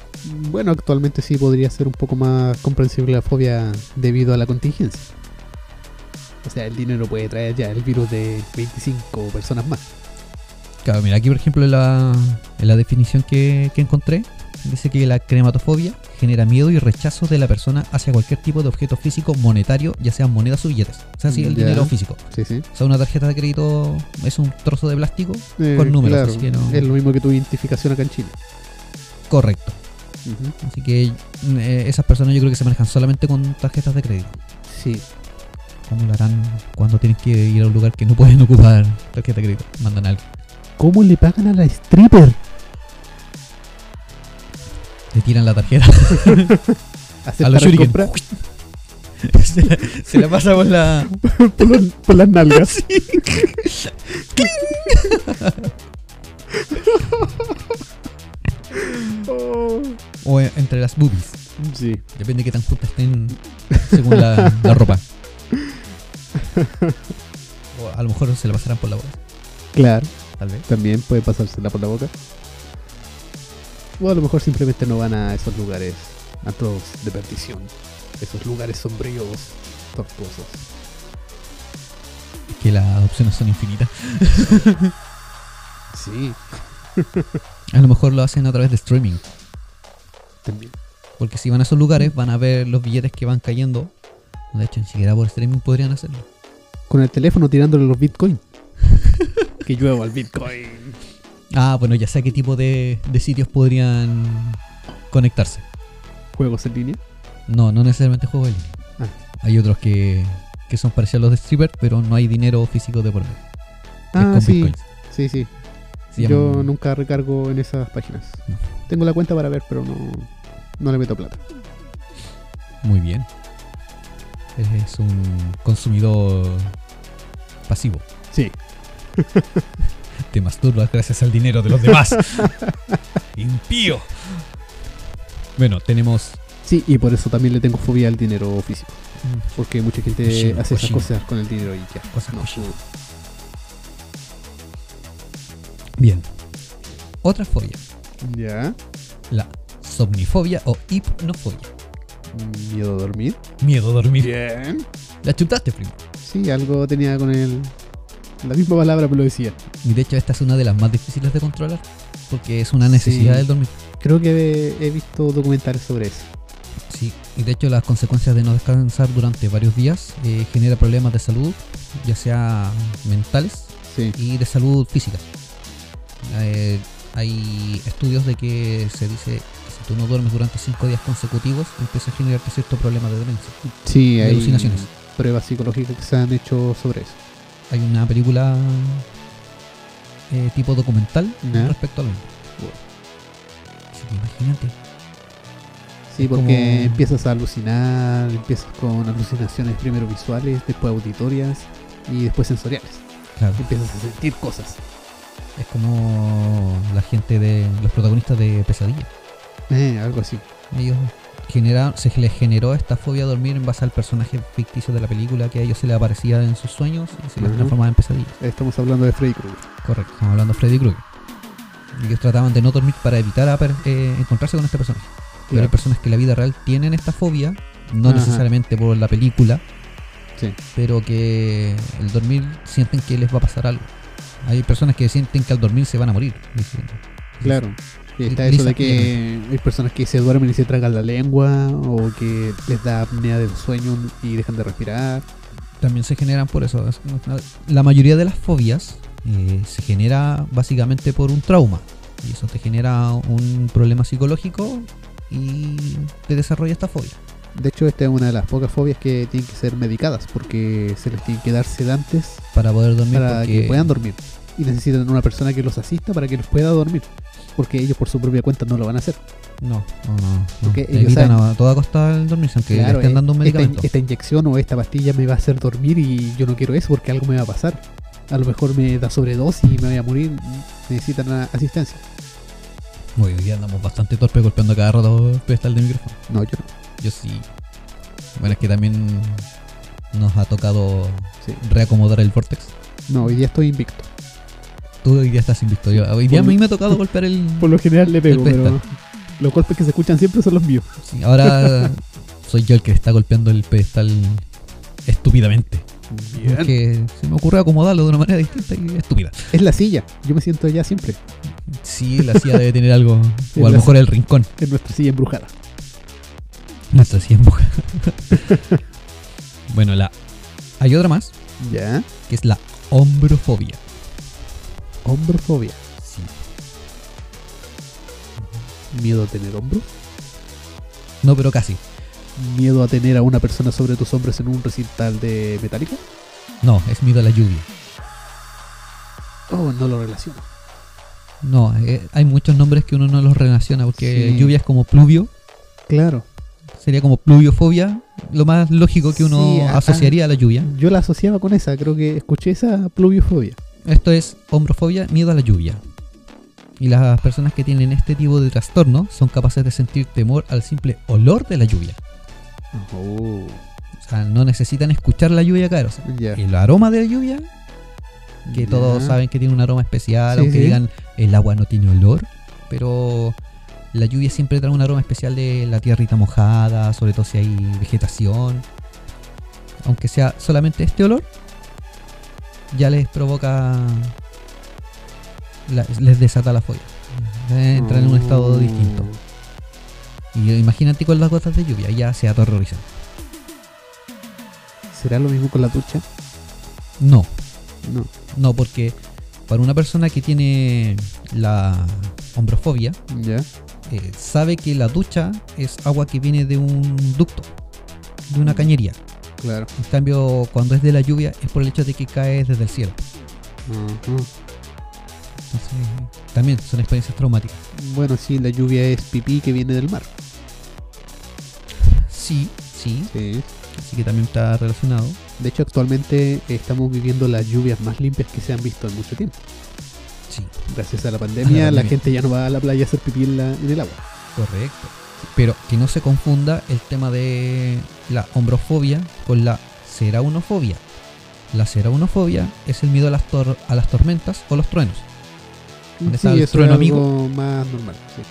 Speaker 2: Bueno, actualmente sí podría ser un poco más comprensible la fobia debido a la contingencia. O sea, el dinero puede traer ya el virus de 25 personas más.
Speaker 1: Claro, mira, aquí por ejemplo en la, en la definición que, que encontré, dice que la crematofobia genera miedo y rechazo de la persona hacia cualquier tipo de objeto físico monetario, ya sean monedas o billetes. O sea, sí, el
Speaker 2: Ya.
Speaker 1: dinero físico.
Speaker 2: Sí, sí.
Speaker 1: O sea, una tarjeta de crédito es un trozo de plástico con números, así que no.
Speaker 2: Eh, Es lo mismo que tu identificación acá en Chile.
Speaker 1: correcto. Así que mm, eh, esas personas yo creo que se manejan solamente con tarjetas de crédito.
Speaker 2: Sí.
Speaker 1: ¿Cómo lo harán cuando tienen que ir a un lugar que no pueden ocupar tarjeta de crédito? Mandan algo.
Speaker 2: ¿Cómo le pagan a la stripper?
Speaker 1: Le tiran la tarjeta a
Speaker 2: Aceptar
Speaker 1: los shuriken.
Speaker 2: compras
Speaker 1: se, la, <laughs> se la pasa por la...
Speaker 2: por, los- por las <laughs> nalgas. Oh,
Speaker 1: O eh, entre las boobies.
Speaker 2: sí.
Speaker 1: Depende de qué tan juntas estén según la, la ropa. O a lo mejor se la pasarán por la boca,
Speaker 2: Claro,
Speaker 1: tal vez.
Speaker 2: también puede pasársela por la boca. O a lo mejor simplemente no van a esos lugares, a todos de perdición. Esos lugares sombríos, tortuosos.
Speaker 1: Que las opciones son infinitas.
Speaker 2: Sí,
Speaker 1: A lo mejor lo hacen a través de streaming.
Speaker 2: también.
Speaker 1: Porque si van a esos lugares van a ver los billetes que van cayendo. De hecho, ni siquiera por streaming podrían hacerlo.
Speaker 2: Con el teléfono tirándole los <laughs> bitcoins. que llueva al bitcoin.
Speaker 1: Ah, bueno, ya sé a qué tipo de, de sitios podrían conectarse.
Speaker 2: Juegos en línea.
Speaker 1: No, no necesariamente juegos de línea.
Speaker 2: Ah.
Speaker 1: Hay otros que, que son parecidos a los de stripper, pero no hay dinero físico de por medio. Es
Speaker 2: Ah,
Speaker 1: con
Speaker 2: sí.
Speaker 1: bitcoins.
Speaker 2: Sí, sí.
Speaker 1: Se
Speaker 2: Yo
Speaker 1: llaman-
Speaker 2: nunca recargo en esas páginas.
Speaker 1: No.
Speaker 2: Tengo la cuenta para ver, pero no, no le meto plata.
Speaker 1: Muy bien. Es un consumidor pasivo.
Speaker 2: Sí.
Speaker 1: Te masturbas gracias al
Speaker 2: <laughs>
Speaker 1: dinero de los demás. Impío. Bueno, tenemos
Speaker 2: Sí, y por eso también le tengo fobia al dinero físico. Porque mucha gente
Speaker 1: Cochino,
Speaker 2: hace esas
Speaker 1: cochino.
Speaker 2: cosas con el dinero y ya.
Speaker 1: Cosas
Speaker 2: no,
Speaker 1: cochinas. Bien. Otra fobia,
Speaker 2: Ya.
Speaker 1: la somnifobia o hipnofobia.
Speaker 2: Miedo a dormir.
Speaker 1: Miedo a dormir.
Speaker 2: Bien.
Speaker 1: La chutaste, primo.
Speaker 2: Sí, algo tenía con él. La misma palabra, pero lo decía.
Speaker 1: Y de hecho esta es una de las más difíciles de controlar porque es una necesidad
Speaker 2: Sí.
Speaker 1: del dormir.
Speaker 2: Creo que he visto documentales sobre eso.
Speaker 1: Sí, y de hecho las consecuencias de no descansar durante varios días eh, genera problemas de salud, ya sea mentales
Speaker 2: Sí.
Speaker 1: y de salud física. Eh, hay estudios de que se dice que si tú no duermes durante cinco días consecutivos empieza a generarte ciertos problemas de demencia.
Speaker 2: Sí,
Speaker 1: Y
Speaker 2: hay
Speaker 1: alucinaciones.
Speaker 2: pruebas psicológicas que se han hecho sobre eso.
Speaker 1: Hay una película eh, tipo documental
Speaker 2: Ya.
Speaker 1: respecto a lo mismo.
Speaker 2: Wow.
Speaker 1: Así que imagínate.
Speaker 2: Sí,
Speaker 1: Es
Speaker 2: porque
Speaker 1: como-
Speaker 2: empiezas a alucinar, empiezas con alucinaciones primero visuales, después auditorias y después sensoriales.
Speaker 1: Claro.
Speaker 2: Empiezas a sentir cosas.
Speaker 1: Es como la gente de los protagonistas de Pesadilla.
Speaker 2: Eh, algo así.
Speaker 1: Ellos generaron, se les generó esta fobia a dormir en base al personaje ficticio de la película que a ellos se les aparecía en sus sueños y se les
Speaker 2: Ujú.
Speaker 1: transformaba en pesadillas.
Speaker 2: Estamos hablando de Freddy Krueger.
Speaker 1: Correcto, estamos hablando de Freddy Krueger. Ellos trataban de no dormir para evitar a per- eh, encontrarse con este personaje. Pero hay
Speaker 2: Claro.
Speaker 1: personas que en la vida real tienen esta fobia, no
Speaker 2: Ajá.
Speaker 1: necesariamente por la película,
Speaker 2: Sí.
Speaker 1: pero que el dormir sienten que les va a pasar algo. Hay personas que sienten que al dormir se van a morir. dicen.
Speaker 2: Claro. Y está
Speaker 1: Lisa
Speaker 2: eso de que hay personas que se duermen y se tragan la lengua o que les da apnea del sueño y dejan de respirar.
Speaker 1: también se generan por eso. Es- La mayoría de las fobias eh, se genera básicamente por un trauma. Y eso te genera un problema psicológico y te desarrolla esta fobia.
Speaker 2: De hecho, esta es una de las pocas fobias que tienen que ser medicadas porque se les tienen que dar sedantes
Speaker 1: Para poder dormir
Speaker 2: para
Speaker 1: porque
Speaker 2: que puedan dormir. Y necesitan una persona que los asista para que los pueda dormir. Porque ellos por su propia cuenta no lo van a hacer.
Speaker 1: No, no, no. no.
Speaker 2: Porque ellos
Speaker 1: Evitan
Speaker 2: saben-
Speaker 1: a toda costa el dormirse, aunque le estén
Speaker 2: eh,
Speaker 1: dando un
Speaker 2: esta, in-
Speaker 1: medicamento.
Speaker 2: esta inyección o esta pastilla me va a hacer dormir y yo no quiero eso porque algo me va a pasar. A lo mejor me da sobredosis y me voy a morir. Necesitan a- asistencia.
Speaker 1: Muy bien, hoy día andamos bastante torpe golpeando cada rato el pedestal de micrófono.
Speaker 2: No, yo no.
Speaker 1: Yo sí. Bueno, es que también nos ha tocado
Speaker 2: Sí.
Speaker 1: reacomodar el vortex.
Speaker 2: No, hoy día estoy invicto.
Speaker 1: Tú hoy día estás invicto. Yo- Hoy día a
Speaker 2: Por-
Speaker 1: mí me ha tocado golpear el,
Speaker 2: Por lo general le pego,
Speaker 1: El pedestal.
Speaker 2: pero los golpes que se escuchan siempre son los míos.
Speaker 1: Sí, ahora soy yo el que está golpeando el pedestal estúpidamente. Porque se me ocurre acomodarlo de una manera distinta y estúpida.
Speaker 2: Es la silla. Yo me siento allá siempre.
Speaker 1: Sí, la silla debe tener algo.
Speaker 2: <laughs> Sí,
Speaker 1: O a lo
Speaker 2: la-
Speaker 1: mejor el rincón.
Speaker 2: En nuestra silla embrujada.
Speaker 1: Nuestra silla
Speaker 2: <laughs>
Speaker 1: embrujada. bueno, la. Hay otra más,
Speaker 2: Ya.
Speaker 1: que es la hombrofobia.
Speaker 2: Hombrofobia.
Speaker 1: Sí.
Speaker 2: Miedo a tener hombros.
Speaker 1: No, pero casi.
Speaker 2: Miedo a tener a una persona sobre tus hombros en un recital de Metallica.
Speaker 1: No, es miedo a la lluvia.
Speaker 2: Oh, no lo relaciono.
Speaker 1: No, eh, hay muchos nombres que uno no los relaciona porque
Speaker 2: Sí.
Speaker 1: lluvia es como pluvio.
Speaker 2: Claro.
Speaker 1: Sería como pluviofobia. Lo más lógico que uno
Speaker 2: Sí, ajá.
Speaker 1: asociaría a la lluvia.
Speaker 2: Yo la asociaba con esa. Creo que escuché esa pluviofobia.
Speaker 1: Esto es hombrofobia, miedo a la lluvia. Y las personas que tienen este tipo de trastorno son capaces de sentir temor al simple olor de la lluvia.
Speaker 2: Oh.
Speaker 1: O sea, no necesitan escuchar la lluvia caer. o sea,
Speaker 2: Ya.
Speaker 1: el aroma de la lluvia, que
Speaker 2: Ya.
Speaker 1: todos saben que tiene un aroma especial,
Speaker 2: Sí,
Speaker 1: aunque
Speaker 2: sí.
Speaker 1: digan el agua no tiene olor, pero la lluvia siempre trae un aroma especial de la tierrita mojada, sobre todo si hay vegetación. Aunque sea solamente este olor, ya les provoca, la- les desata la fobia. Eh, Entran en un estado
Speaker 2: Oh.
Speaker 1: distinto.
Speaker 2: Mm.
Speaker 1: Y imagínate con las gotas de lluvia, ya se aterrorizan.
Speaker 2: ¿Será lo mismo con la ducha?
Speaker 1: No,
Speaker 2: No.
Speaker 1: No, porque para una persona que tiene la hombrofobia,
Speaker 2: Ya.
Speaker 1: eh, sabe que la ducha es agua que viene de un ducto, de una cañería.
Speaker 2: Claro.
Speaker 1: En cambio, cuando es de la lluvia, es por el hecho de que cae desde el cielo.
Speaker 2: Ujú.
Speaker 1: Entonces, también son experiencias traumáticas.
Speaker 2: Bueno, sí, la lluvia es pipí que viene del mar.
Speaker 1: Sí, sí,
Speaker 2: Sí.
Speaker 1: así que también está relacionado.
Speaker 2: De hecho, actualmente estamos viviendo las lluvias más limpias que se han visto en mucho tiempo.
Speaker 1: Sí,
Speaker 2: Gracias a la pandemia, la,
Speaker 1: pandemia.
Speaker 2: gente ya no va a la playa a hacer pipí en, la- en el agua.
Speaker 1: correcto. Pero que no se confunda el tema de la hombrofobia con la seraunofobia. La seraunofobia es el miedo a las, tor- a las tormentas o los truenos. ¿Dónde está
Speaker 2: sí,
Speaker 1: el
Speaker 2: eso
Speaker 1: trueno
Speaker 2: es
Speaker 1: amigo?
Speaker 2: algo más normal. sí.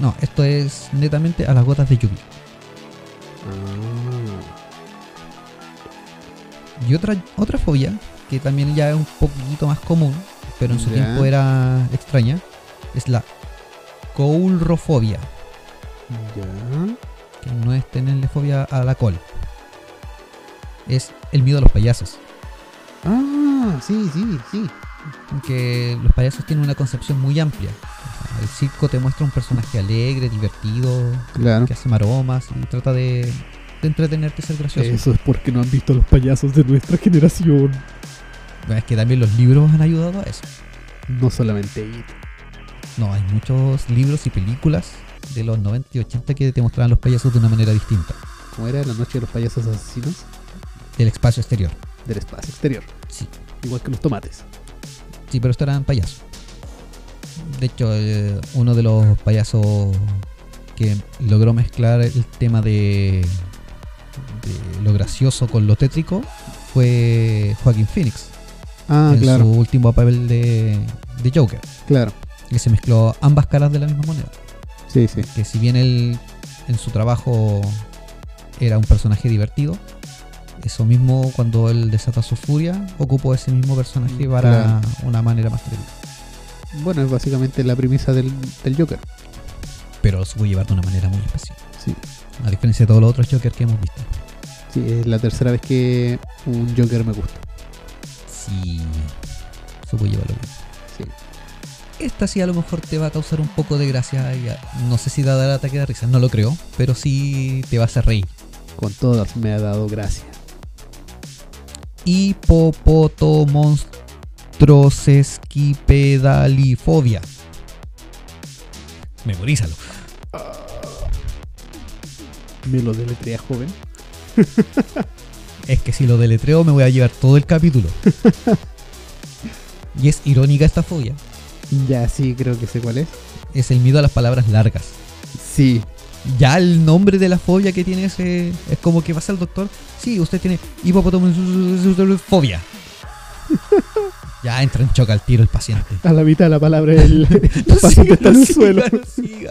Speaker 1: No, esto es netamente a las gotas de lluvia. Y otra, otra fobia, que también ya es un poquito más común, pero en su
Speaker 2: Ya.
Speaker 1: tiempo era extraña, es la coulrofobia,
Speaker 2: Ah, ya.
Speaker 1: que no es tenerle fobia a la col. Es el miedo a los payasos.
Speaker 2: Ah, sí, sí, sí.
Speaker 1: Que los payasos tienen una concepción muy amplia. O sea, el circo te muestra un personaje alegre, divertido,
Speaker 2: Claro.
Speaker 1: que hace maromas y trata de, de entretenerte y ser gracioso.
Speaker 2: Eso es porque no han visto a los payasos de nuestra generación.
Speaker 1: Es que también los libros han ayudado a eso.
Speaker 2: No solamente It.
Speaker 1: No, hay muchos libros y películas de los 90 y 80 que te mostraban los payasos de una manera distinta.
Speaker 2: ¿Cómo era la noche de los payasos asesinos?
Speaker 1: Del espacio exterior.
Speaker 2: Del espacio exterior.
Speaker 1: Sí.
Speaker 2: Igual que los tomates.
Speaker 1: Sí, pero estos eran payasos. De hecho, eh, uno de los payasos que logró mezclar el tema de, de lo gracioso con lo tétrico fue Joaquín Phoenix.
Speaker 2: Ah,
Speaker 1: en
Speaker 2: claro,
Speaker 1: su último papel de, de Joker.
Speaker 2: claro.
Speaker 1: Que se mezcló ambas caras de la misma moneda.
Speaker 2: Sí, sí.
Speaker 1: que si bien él en su trabajo era un personaje divertido, eso mismo cuando él desata su furia, ocupó ese mismo personaje
Speaker 2: Mm,
Speaker 1: para una manera más terrible.
Speaker 2: Bueno, es básicamente la premisa del, del Joker.
Speaker 1: Pero lo supo llevar de una manera muy especial.
Speaker 2: Sí.
Speaker 1: A diferencia de todos los otros Jokers que hemos visto.
Speaker 2: Sí, es la tercera vez que un Joker me gusta.
Speaker 1: Sí. Supo llevarlo bien.
Speaker 2: Sí.
Speaker 1: Esta sí a lo mejor te va a causar un poco de gracia. y a- no sé si te dará ataque de risa, no lo creo. Pero sí te va a hacer reír.
Speaker 2: Con todas me ha dado gracia.
Speaker 1: Hipopoto monstrosesquipedalifobia. Memorízalo.
Speaker 2: Me lo deletrea joven.
Speaker 1: Es que si lo deletreo me voy a llevar todo el capítulo. <laughs> y es irónica esta fobia.
Speaker 2: Ya, sí, creo que sé cuál es.
Speaker 1: Es el miedo a las palabras largas.
Speaker 2: Sí.
Speaker 1: Ya el nombre de la fobia que tiene ese- es como que vas al doctor. Sí, usted tiene hipopotomonstrosesquipedalifobia. <laughs> ya entra en choque al tiro el paciente.
Speaker 2: A la mitad de la palabra
Speaker 1: <laughs>
Speaker 2: el, el
Speaker 1: No siga,
Speaker 2: paciente está en
Speaker 1: no
Speaker 2: el
Speaker 1: siga,
Speaker 2: suelo.
Speaker 1: no siga.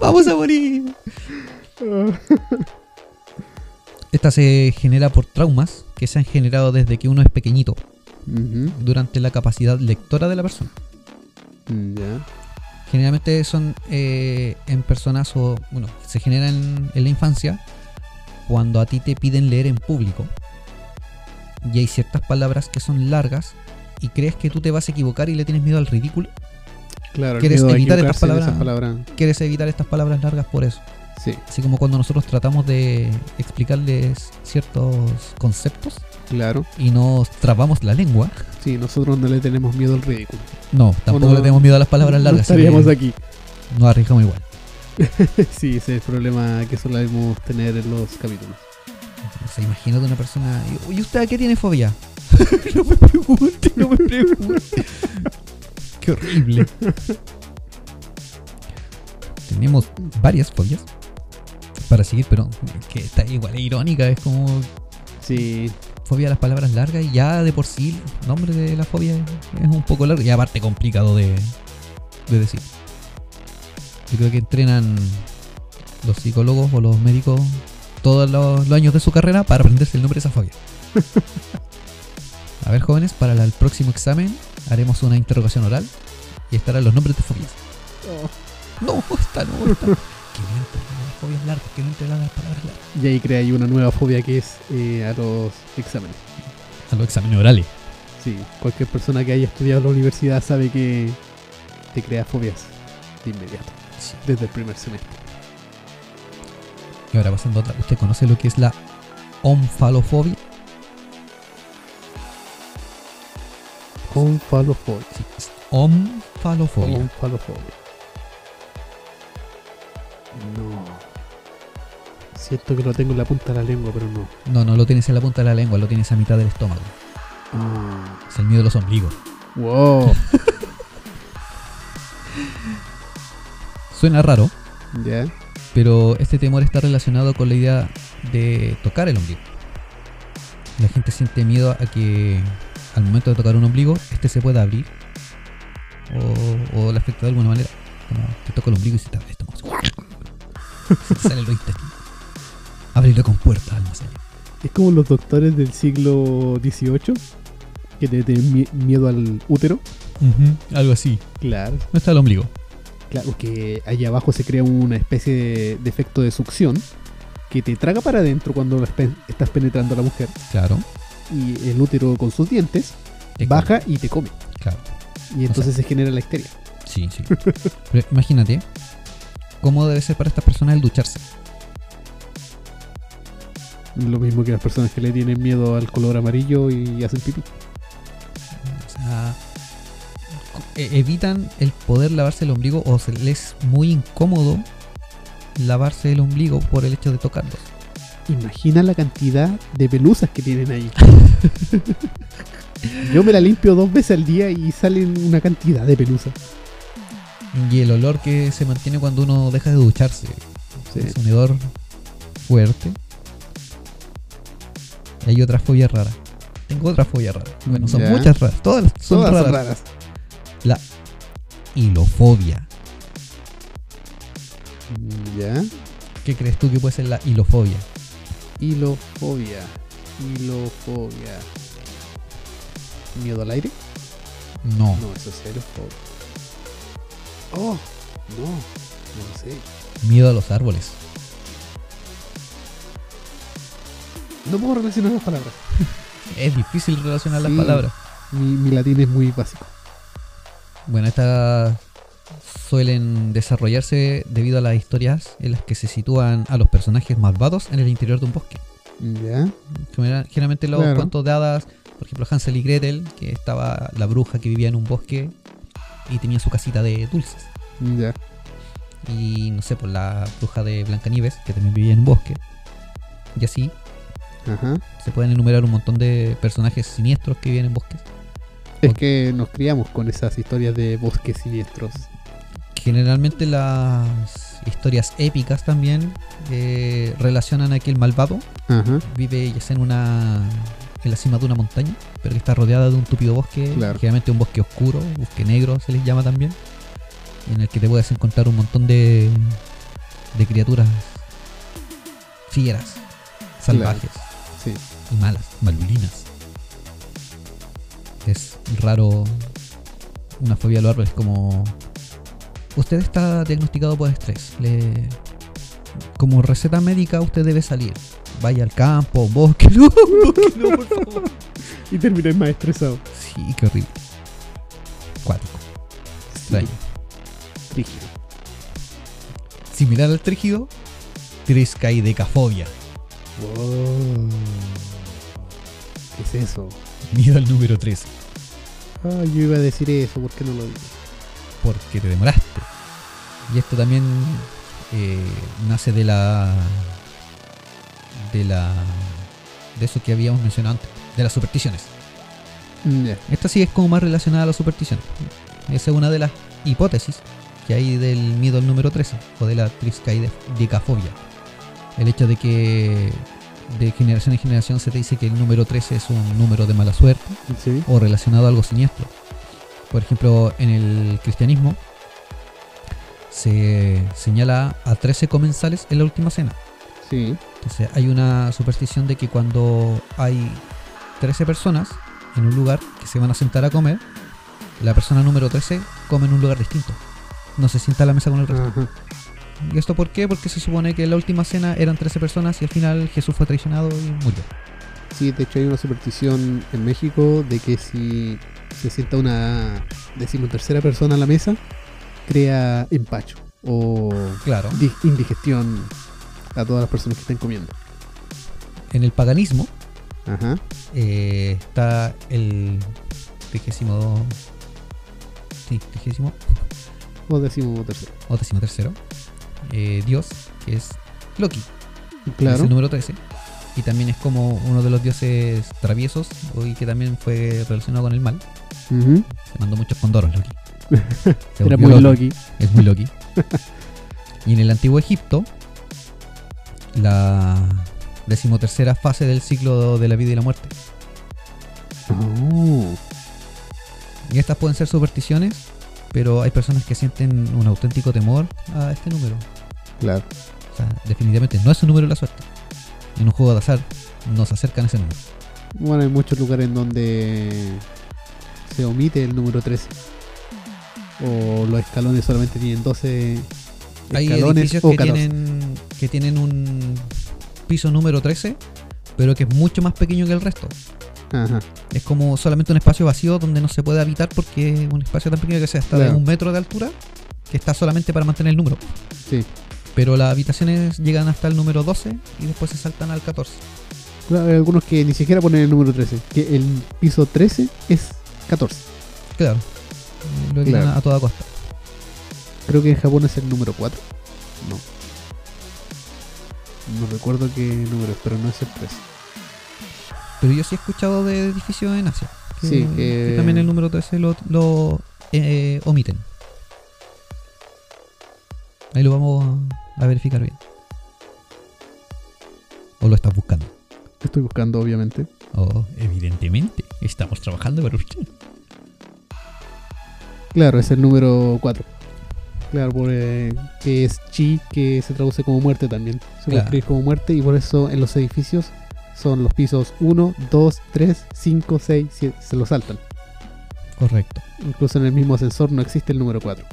Speaker 1: Vamos a morir. Ah. Esta se genera por traumas que se han generado desde que uno es pequeñito,
Speaker 2: Ujú.
Speaker 1: durante la capacidad lectora de la persona.
Speaker 2: Ya.
Speaker 1: Generalmente son eh, en personas o, bueno, se generan en la infancia cuando a ti te piden leer en público y hay ciertas palabras que son largas y crees que tú te vas a equivocar y le tienes miedo al ridículo.
Speaker 2: Claro, el
Speaker 1: ¿Quieres
Speaker 2: miedo a
Speaker 1: evitar estas
Speaker 2: equivocarse en esas
Speaker 1: Quieres evitar estas palabras largas por eso.
Speaker 2: palabras. Sí,
Speaker 1: Así como cuando nosotros tratamos de explicarles ciertos conceptos
Speaker 2: claro.
Speaker 1: y nos trabamos la lengua.
Speaker 2: Sí, nosotros no le tenemos miedo al ridículo.
Speaker 1: No, tampoco
Speaker 2: no-
Speaker 1: le tenemos miedo a las palabras
Speaker 2: No
Speaker 1: largas. así que
Speaker 2: estaríamos aquí.
Speaker 1: Nos arriesgamos igual.
Speaker 2: <laughs> Sí, ese es el problema que solemos tener en los
Speaker 1: <laughs>
Speaker 2: capítulos.
Speaker 1: O sea, imagínate una persona. ¿Y usted a qué tiene fobia? no me pregunte, no me pregunte. qué horrible. <laughs> Tenemos varias fobias para seguir, pero que está igual es irónica. Es como
Speaker 2: Sí,
Speaker 1: fobia a las palabras largas y ya de por sí el nombre de la fobia es- es un poco largo y aparte complicado de, de decir. Yo creo que entrenan los psicólogos o los médicos todos los, los años de su carrera para aprenderse el nombre de esa fobia. A ver jóvenes, para la- el próximo examen haremos una interrogación oral y estarán los nombres de fobias. No, esta no, esta. Que no entren las fobias largas, que no entren las palabras largas.
Speaker 2: y ahí crea ahí una nueva fobia que es eh, a los exámenes.
Speaker 1: A los exámenes orales.
Speaker 2: Sí, cualquier persona que haya estudiado en la universidad sabe que te crea fobias de inmediato,
Speaker 1: Sí.
Speaker 2: desde el primer semestre.
Speaker 1: Y ahora pasando a otra, ¿usted conoce lo que es la onfalofobia?
Speaker 2: Confalofobia.
Speaker 1: Sí, es onfalofobia.
Speaker 2: Confalofobia. No. Siento que lo tengo en la punta de la lengua, pero no.
Speaker 1: No, no lo tienes en la punta de la lengua, lo tienes a mitad del estómago.
Speaker 2: Ah.
Speaker 1: Es el miedo de los ombligos.
Speaker 2: Wow.
Speaker 1: Suena raro,
Speaker 2: ya.
Speaker 1: Pero este temor está relacionado con la idea de tocar el ombligo. La gente siente miedo a que al momento de tocar un ombligo, este se pueda abrir o, o le afecta de alguna manera. Como te toco el ombligo y se te abre esto. <laughs> Se te sale lo intestino. Abrirlo con puertas al más allá.
Speaker 2: Es como los doctores del siglo XVIII que te tienen mie- miedo al útero.
Speaker 1: Algo así.
Speaker 2: Claro.
Speaker 1: No está el ombligo.
Speaker 2: Claro, que allá abajo se crea una especie de, de efecto de succión que te traga para adentro cuando la espe- estás penetrando a la mujer
Speaker 1: Claro.
Speaker 2: y el útero con sus dientes baja y te come.
Speaker 1: Claro.
Speaker 2: Y entonces se genera la histeria.
Speaker 1: Sí,
Speaker 2: <laughs>
Speaker 1: sí. Pero imagínate cómo debe ser para estas personas el ducharse.
Speaker 2: Lo mismo que las personas que le tienen miedo al color amarillo y hacen pipí.
Speaker 1: O sea, co- e- evitan el poder lavarse el ombligo o se les es muy incómodo lavarse el ombligo por el hecho de tocarlo.
Speaker 2: Imagina la cantidad de pelusas que tienen <laughs> ahí. Yo me la limpio dos veces al día y salen una cantidad de pelusas.
Speaker 1: Y el olor que se mantiene cuando uno deja de ducharse. Es un hedor fuerte. Y hay otra fobia rara. Tengo otra fobia rara. Bueno, son
Speaker 2: Ya.
Speaker 1: muchas raras. Todas son
Speaker 2: Todas
Speaker 1: raras.
Speaker 2: son raras.
Speaker 1: La hilofobia.
Speaker 2: Ya.
Speaker 1: ¿Qué crees tú que puede ser la hilofobia?
Speaker 2: Hilofobia. Hilofobia. ¿Miedo al aire?
Speaker 1: No.
Speaker 2: No, eso es hilofobia. Oh, no. No lo sé.
Speaker 1: Miedo a los árboles.
Speaker 2: No puedo relacionar las palabras.
Speaker 1: Es difícil relacionar
Speaker 2: Sí.
Speaker 1: las palabras.
Speaker 2: Mi, mi latín es muy básico.
Speaker 1: Bueno, estas suelen desarrollarse debido a las historias en las que se sitúan a los personajes malvados en el interior de un bosque.
Speaker 2: Ya.
Speaker 1: Genera- Generalmente los
Speaker 2: Claro.
Speaker 1: cuentos de hadas, por ejemplo Hansel y Gretel, que estaba la bruja que vivía en un bosque y tenía su casita de dulces.
Speaker 2: Ya.
Speaker 1: Y no sé, por la bruja de Blancanieves, que también vivía en un bosque. Y así
Speaker 2: Ajá.
Speaker 1: se pueden enumerar un montón de personajes siniestros que viven en bosques.
Speaker 2: Es
Speaker 1: Ok.
Speaker 2: que nos criamos con esas historias de bosques siniestros.
Speaker 1: Generalmente las historias épicas también eh, relacionan a que el malvado
Speaker 2: Ajá.
Speaker 1: vive ya sea en una en la cima de una montaña, pero que está rodeada de un tupido bosque,
Speaker 2: Claro.
Speaker 1: generalmente un bosque oscuro, bosque negro se les llama también, en el que te puedes encontrar un montón de, de criaturas fieras, salvajes
Speaker 2: Sí.
Speaker 1: y malas, malulinas. Es raro una fobia a los árboles como... Usted está diagnosticado por estrés. Le... Como receta médica usted debe salir. Vaya al campo, bosque, <laughs> no, bosque, no, por favor.
Speaker 2: Y terminé más estresado.
Speaker 1: Sí, qué horrible. Cuático, extraño.
Speaker 2: Rígido.
Speaker 1: Similar al trígido, <laughs> triscaidecafobia.
Speaker 2: Wow. ¿Qué es eso?
Speaker 1: Miedo al número 3.
Speaker 2: Ah, yo iba a decir eso, ¿por qué no lo dije?
Speaker 1: porque te demoraste. Y esto también eh, nace de la. de la. de eso que habíamos mencionado antes, de las supersticiones.
Speaker 2: Mm, Ya.
Speaker 1: Esta sí es como más relacionada a las supersticiones. Esa es una de las hipótesis que hay del miedo al número 13 o de la triscaidecafobia. El hecho de que de generación en generación se te dice que el número 13 es un número de mala suerte
Speaker 2: Sí.
Speaker 1: o relacionado a algo siniestro. Por ejemplo, en el cristianismo se señala a 13 comensales en la última cena.
Speaker 2: Sí.
Speaker 1: Entonces hay una superstición de que cuando hay 13 personas en un lugar que se van a sentar a comer, la persona número 13 come en un lugar distinto. No se sienta a la mesa con el resto.
Speaker 2: Ajá.
Speaker 1: ¿Y esto por qué? Porque se supone que en la última cena eran 13 personas y al final Jesús fue traicionado y murió.
Speaker 2: Sí, de hecho hay una superstición en México de que si se sienta una decimotercera persona a la mesa, crea empacho o
Speaker 1: Claro.
Speaker 2: di- indigestión a todas las personas que estén comiendo.
Speaker 1: En el paganismo
Speaker 2: Ajá.
Speaker 1: Eh, está el trigésimo. Sí, trigésimo
Speaker 2: O decimotercera.
Speaker 1: o décimo tercero. eh, Dios, que es Loki, que es
Speaker 2: Claro.
Speaker 1: el número 13. Y también es como uno de los dioses traviesos o- y que también fue relacionado con el mal.
Speaker 2: Ujú.
Speaker 1: Se mandó muchos condoros,
Speaker 2: <laughs>
Speaker 1: Loki. Se
Speaker 2: Era
Speaker 1: volvió
Speaker 2: muy
Speaker 1: loco,
Speaker 2: Loki. <laughs>
Speaker 1: Es muy Loki. y en el antiguo Egipto la decimotercera fase del ciclo de la vida y la muerte.
Speaker 2: Oh,
Speaker 1: Y estas pueden ser supersticiones, pero hay personas que sienten un auténtico temor a este número.
Speaker 2: claro.
Speaker 1: O sea, definitivamente no es un número de la suerte. En un juego de azar nos acercan a ese número.
Speaker 2: Bueno, hay muchos lugares en donde se omite el número 13. O los escalones solamente tienen 12
Speaker 1: Hay
Speaker 2: escalones
Speaker 1: edificios
Speaker 2: o
Speaker 1: que
Speaker 2: 14.
Speaker 1: tienen, que tienen un piso número 13, pero que es mucho más pequeño que el resto.
Speaker 2: Ajá.
Speaker 1: Es como solamente un espacio vacío donde no se puede habitar porque es un espacio tan pequeño que sea hasta de
Speaker 2: Claro.
Speaker 1: un metro de altura, que está solamente para mantener el número.
Speaker 2: Sí.
Speaker 1: Pero las habitaciones llegan hasta el número 12 y después se saltan al 14.
Speaker 2: Claro, hay algunos que ni siquiera ponen el número 13. Que el piso 13 es 14.
Speaker 1: Claro. Lo evitan
Speaker 2: Claro.
Speaker 1: a toda costa.
Speaker 2: Creo que en Japón es el número 4. No. No recuerdo qué número es, pero no es el 13.
Speaker 1: Pero yo sí he escuchado de edificios en Asia. Que,
Speaker 2: Sí, eh, que-
Speaker 1: que también el número 13 lo, lo, eh, omiten. Ahí lo vamos a verificar bien. O lo estás buscando.
Speaker 2: Estoy buscando, obviamente.
Speaker 1: Oh, evidentemente. Estamos trabajando para usted.
Speaker 2: Claro, es el número 4. Claro, por, eh, que es chi, que se traduce como muerte también. Se puede
Speaker 1: Claro.
Speaker 2: escribir como muerte y por eso en los edificios son los pisos 1, 2, 3, 5, 6, 7. Se lo saltan.
Speaker 1: Correcto.
Speaker 2: Incluso en el mismo ascensor no existe el número 4.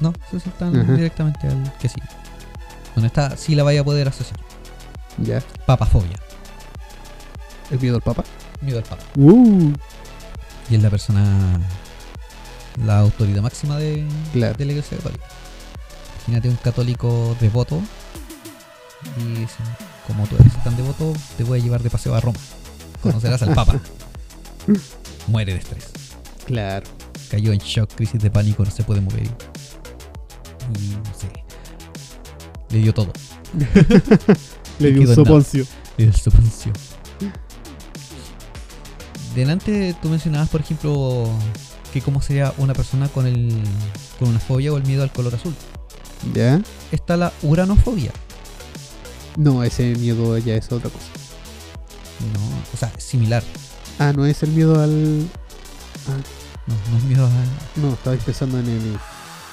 Speaker 1: No, se saltan
Speaker 2: Ajá.
Speaker 1: directamente al que sí. Bueno, esta sí la vaya a poder asociar.
Speaker 2: Ya,
Speaker 1: Papafobia.
Speaker 2: el miedo al papa.
Speaker 1: Miedo al papa.
Speaker 2: Uh,
Speaker 1: Y es la persona, la autoridad máxima de,
Speaker 2: Claro.
Speaker 1: de la iglesia católica. Imagínate un católico devoto y dice, como tú eres tan devoto, te voy a llevar de paseo a Roma. Conocerás al Papa. Muere de estrés.
Speaker 2: claro.
Speaker 1: Cayó en shock, crisis de pánico, no se puede mover. Y, y no sé. Le dio todo.
Speaker 2: Le
Speaker 1: di
Speaker 2: di
Speaker 1: un
Speaker 2: un soponcio.
Speaker 1: Le dio el soponcio. Delante tú mencionabas, por ejemplo, que cómo sería una persona con, el, con una fobia o el miedo al color azul.
Speaker 2: ¿Ya?
Speaker 1: Está la uranofobia.
Speaker 2: No, ese miedo ya es otra cosa.
Speaker 1: No, o sea, similar.
Speaker 2: Ah, no es el miedo al.
Speaker 1: No, no es miedo a...
Speaker 2: No, estaba pensando en el.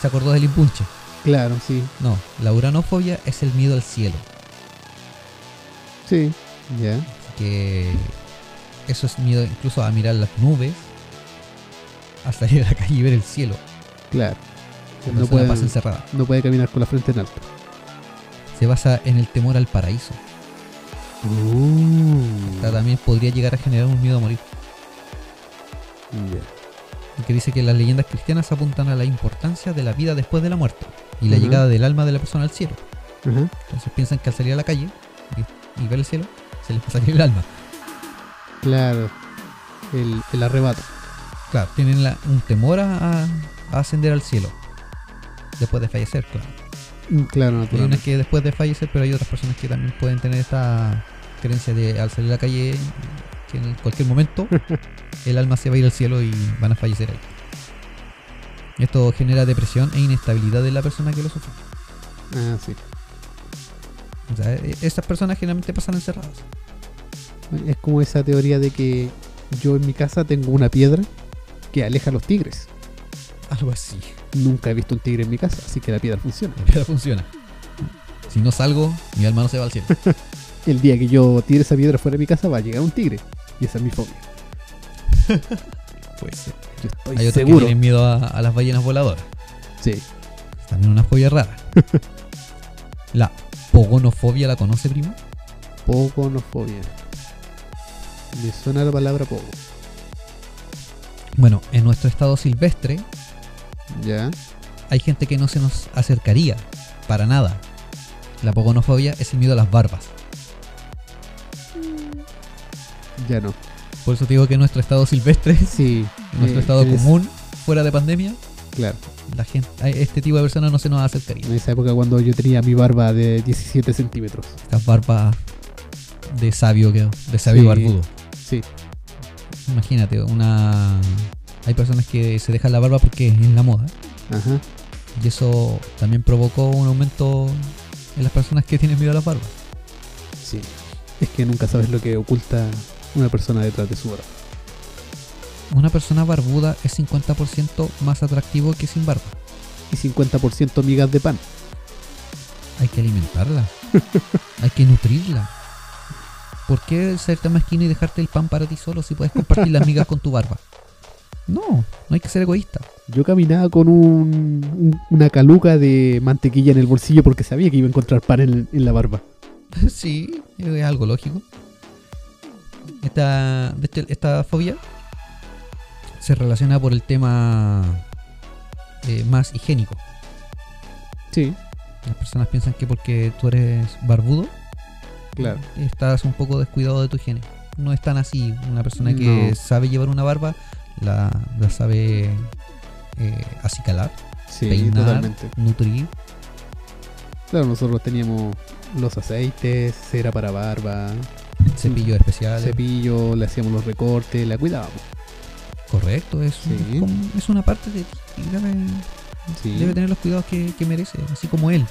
Speaker 1: ¿Se acordó del impunche?
Speaker 2: Claro, sí.
Speaker 1: No, la uranofobia es el miedo al cielo.
Speaker 2: Sí. Ya.
Speaker 1: Que eso es miedo incluso a mirar las nubes, a salir a la calle y ver el cielo.
Speaker 2: Claro.
Speaker 1: Una
Speaker 2: No
Speaker 1: persona
Speaker 2: puede,
Speaker 1: pasa encerrada.
Speaker 2: no puede caminar con la frente en alto.
Speaker 1: Se basa en el temor al paraíso. O sea, también podría llegar a generar un miedo a morir.
Speaker 2: Ya.
Speaker 1: Y que dice que las leyendas cristianas apuntan a la importancia de la vida después de la muerte y la
Speaker 2: Ujú.
Speaker 1: llegada del alma de la persona al cielo.
Speaker 2: Ajá.
Speaker 1: Entonces piensan que al salir a la calle y, y ver el cielo, se les va a salir el alma.
Speaker 2: Claro. El, el arrebato.
Speaker 1: Claro, tienen la- un temor a, a ascender al cielo. Después de fallecer, claro.
Speaker 2: Mm, Claro,
Speaker 1: Hay
Speaker 2: natural.
Speaker 1: unas que después de fallecer, pero hay otras personas que también pueden tener esta creencia de al salir a la calle, que en cualquier
Speaker 2: <laughs>
Speaker 1: momento el alma se va a ir al cielo y van a fallecer ahí. Esto genera depresión e inestabilidad de la persona que lo sufre.
Speaker 2: Ah, sí.
Speaker 1: O sea, e- esas personas generalmente pasan encerradas.
Speaker 2: Es como esa teoría de que yo en mi casa tengo una piedra que aleja a los tigres.
Speaker 1: Algo así.
Speaker 2: Nunca he visto un tigre en mi casa, así que la piedra funciona.
Speaker 1: Pero funciona. Si no salgo, mi alma no se va al
Speaker 2: <laughs>
Speaker 1: cielo.
Speaker 2: El día que yo tire esa piedra fuera de mi casa va a llegar un tigre. Y esa es mi fobia.
Speaker 1: Puede ser.
Speaker 2: Yo Pues, estoy
Speaker 1: Hay otros que
Speaker 2: seguro.
Speaker 1: tienen miedo a- a las ballenas voladoras.
Speaker 2: Sí.
Speaker 1: Es También una fobia
Speaker 2: <laughs>
Speaker 1: rara. la pogonofobia la conoce, primo.
Speaker 2: Pogonofobia. Me suena la palabra pogo.
Speaker 1: Bueno, en nuestro estado silvestre
Speaker 2: Ya.
Speaker 1: hay gente que no se nos acercaría para nada. La pogonofobia es el miedo a las barbas.
Speaker 2: Ya no.
Speaker 1: Por eso te digo que en nuestro estado silvestre,
Speaker 2: <laughs> Sí.
Speaker 1: en nuestro
Speaker 2: eh,
Speaker 1: estado
Speaker 2: en es-
Speaker 1: común, fuera de pandemia,
Speaker 2: Claro.
Speaker 1: la gente, a este tipo de personas no se nos acercaría.
Speaker 2: En esa época cuando yo tenía mi barba de 17 centímetros.
Speaker 1: Estas barbas de sabio, que- de sabio
Speaker 2: Sí.
Speaker 1: barbudo.
Speaker 2: Sí.
Speaker 1: Imagínate, una... Hay personas que se dejan la barba porque es la moda.
Speaker 2: Ajá.
Speaker 1: Y eso también provocó un aumento en las personas que tienen miedo a las barbas.
Speaker 2: Sí. Es que nunca sabes lo que oculta una persona detrás de su barba.
Speaker 1: Una persona barbuda es 50% más atractivo que sin barba.
Speaker 2: Y 50% migas de pan.
Speaker 1: Hay que
Speaker 2: <laughs>
Speaker 1: alimentarla. Hay que nutrirla. ¿Por qué ser tan mezquino y dejarte el pan para ti solo si puedes compartir las migas con tu barba? No, no hay que ser egoísta.
Speaker 2: Yo caminaba con un, un- una caluca de mantequilla en el bolsillo porque sabía que iba a encontrar pan en, en la barba.
Speaker 1: <laughs> Sí, es algo lógico. Esta, de hecho, esta fobia se relaciona por el tema eh, más higiénico.
Speaker 2: Sí,
Speaker 1: Las personas piensan que porque tú eres barbudo,
Speaker 2: claro.
Speaker 1: estás un poco descuidado de tu higiene. No es tan así. Una persona que
Speaker 2: No.
Speaker 1: sabe llevar una barba, la, la sabe eh, acicalar,
Speaker 2: Sí,
Speaker 1: peinar,
Speaker 2: totalmente.
Speaker 1: nutrir.
Speaker 2: Claro, nosotros teníamos los aceites, cera para barba,
Speaker 1: Cepillos especiales.
Speaker 2: cepillo, le hacíamos los recortes, la cuidábamos.
Speaker 1: Correcto, es, un-
Speaker 2: Sí.
Speaker 1: es como- es una parte de ti. y Debe,
Speaker 2: Sí,
Speaker 1: debe tener los cuidados que, que merece, así como él.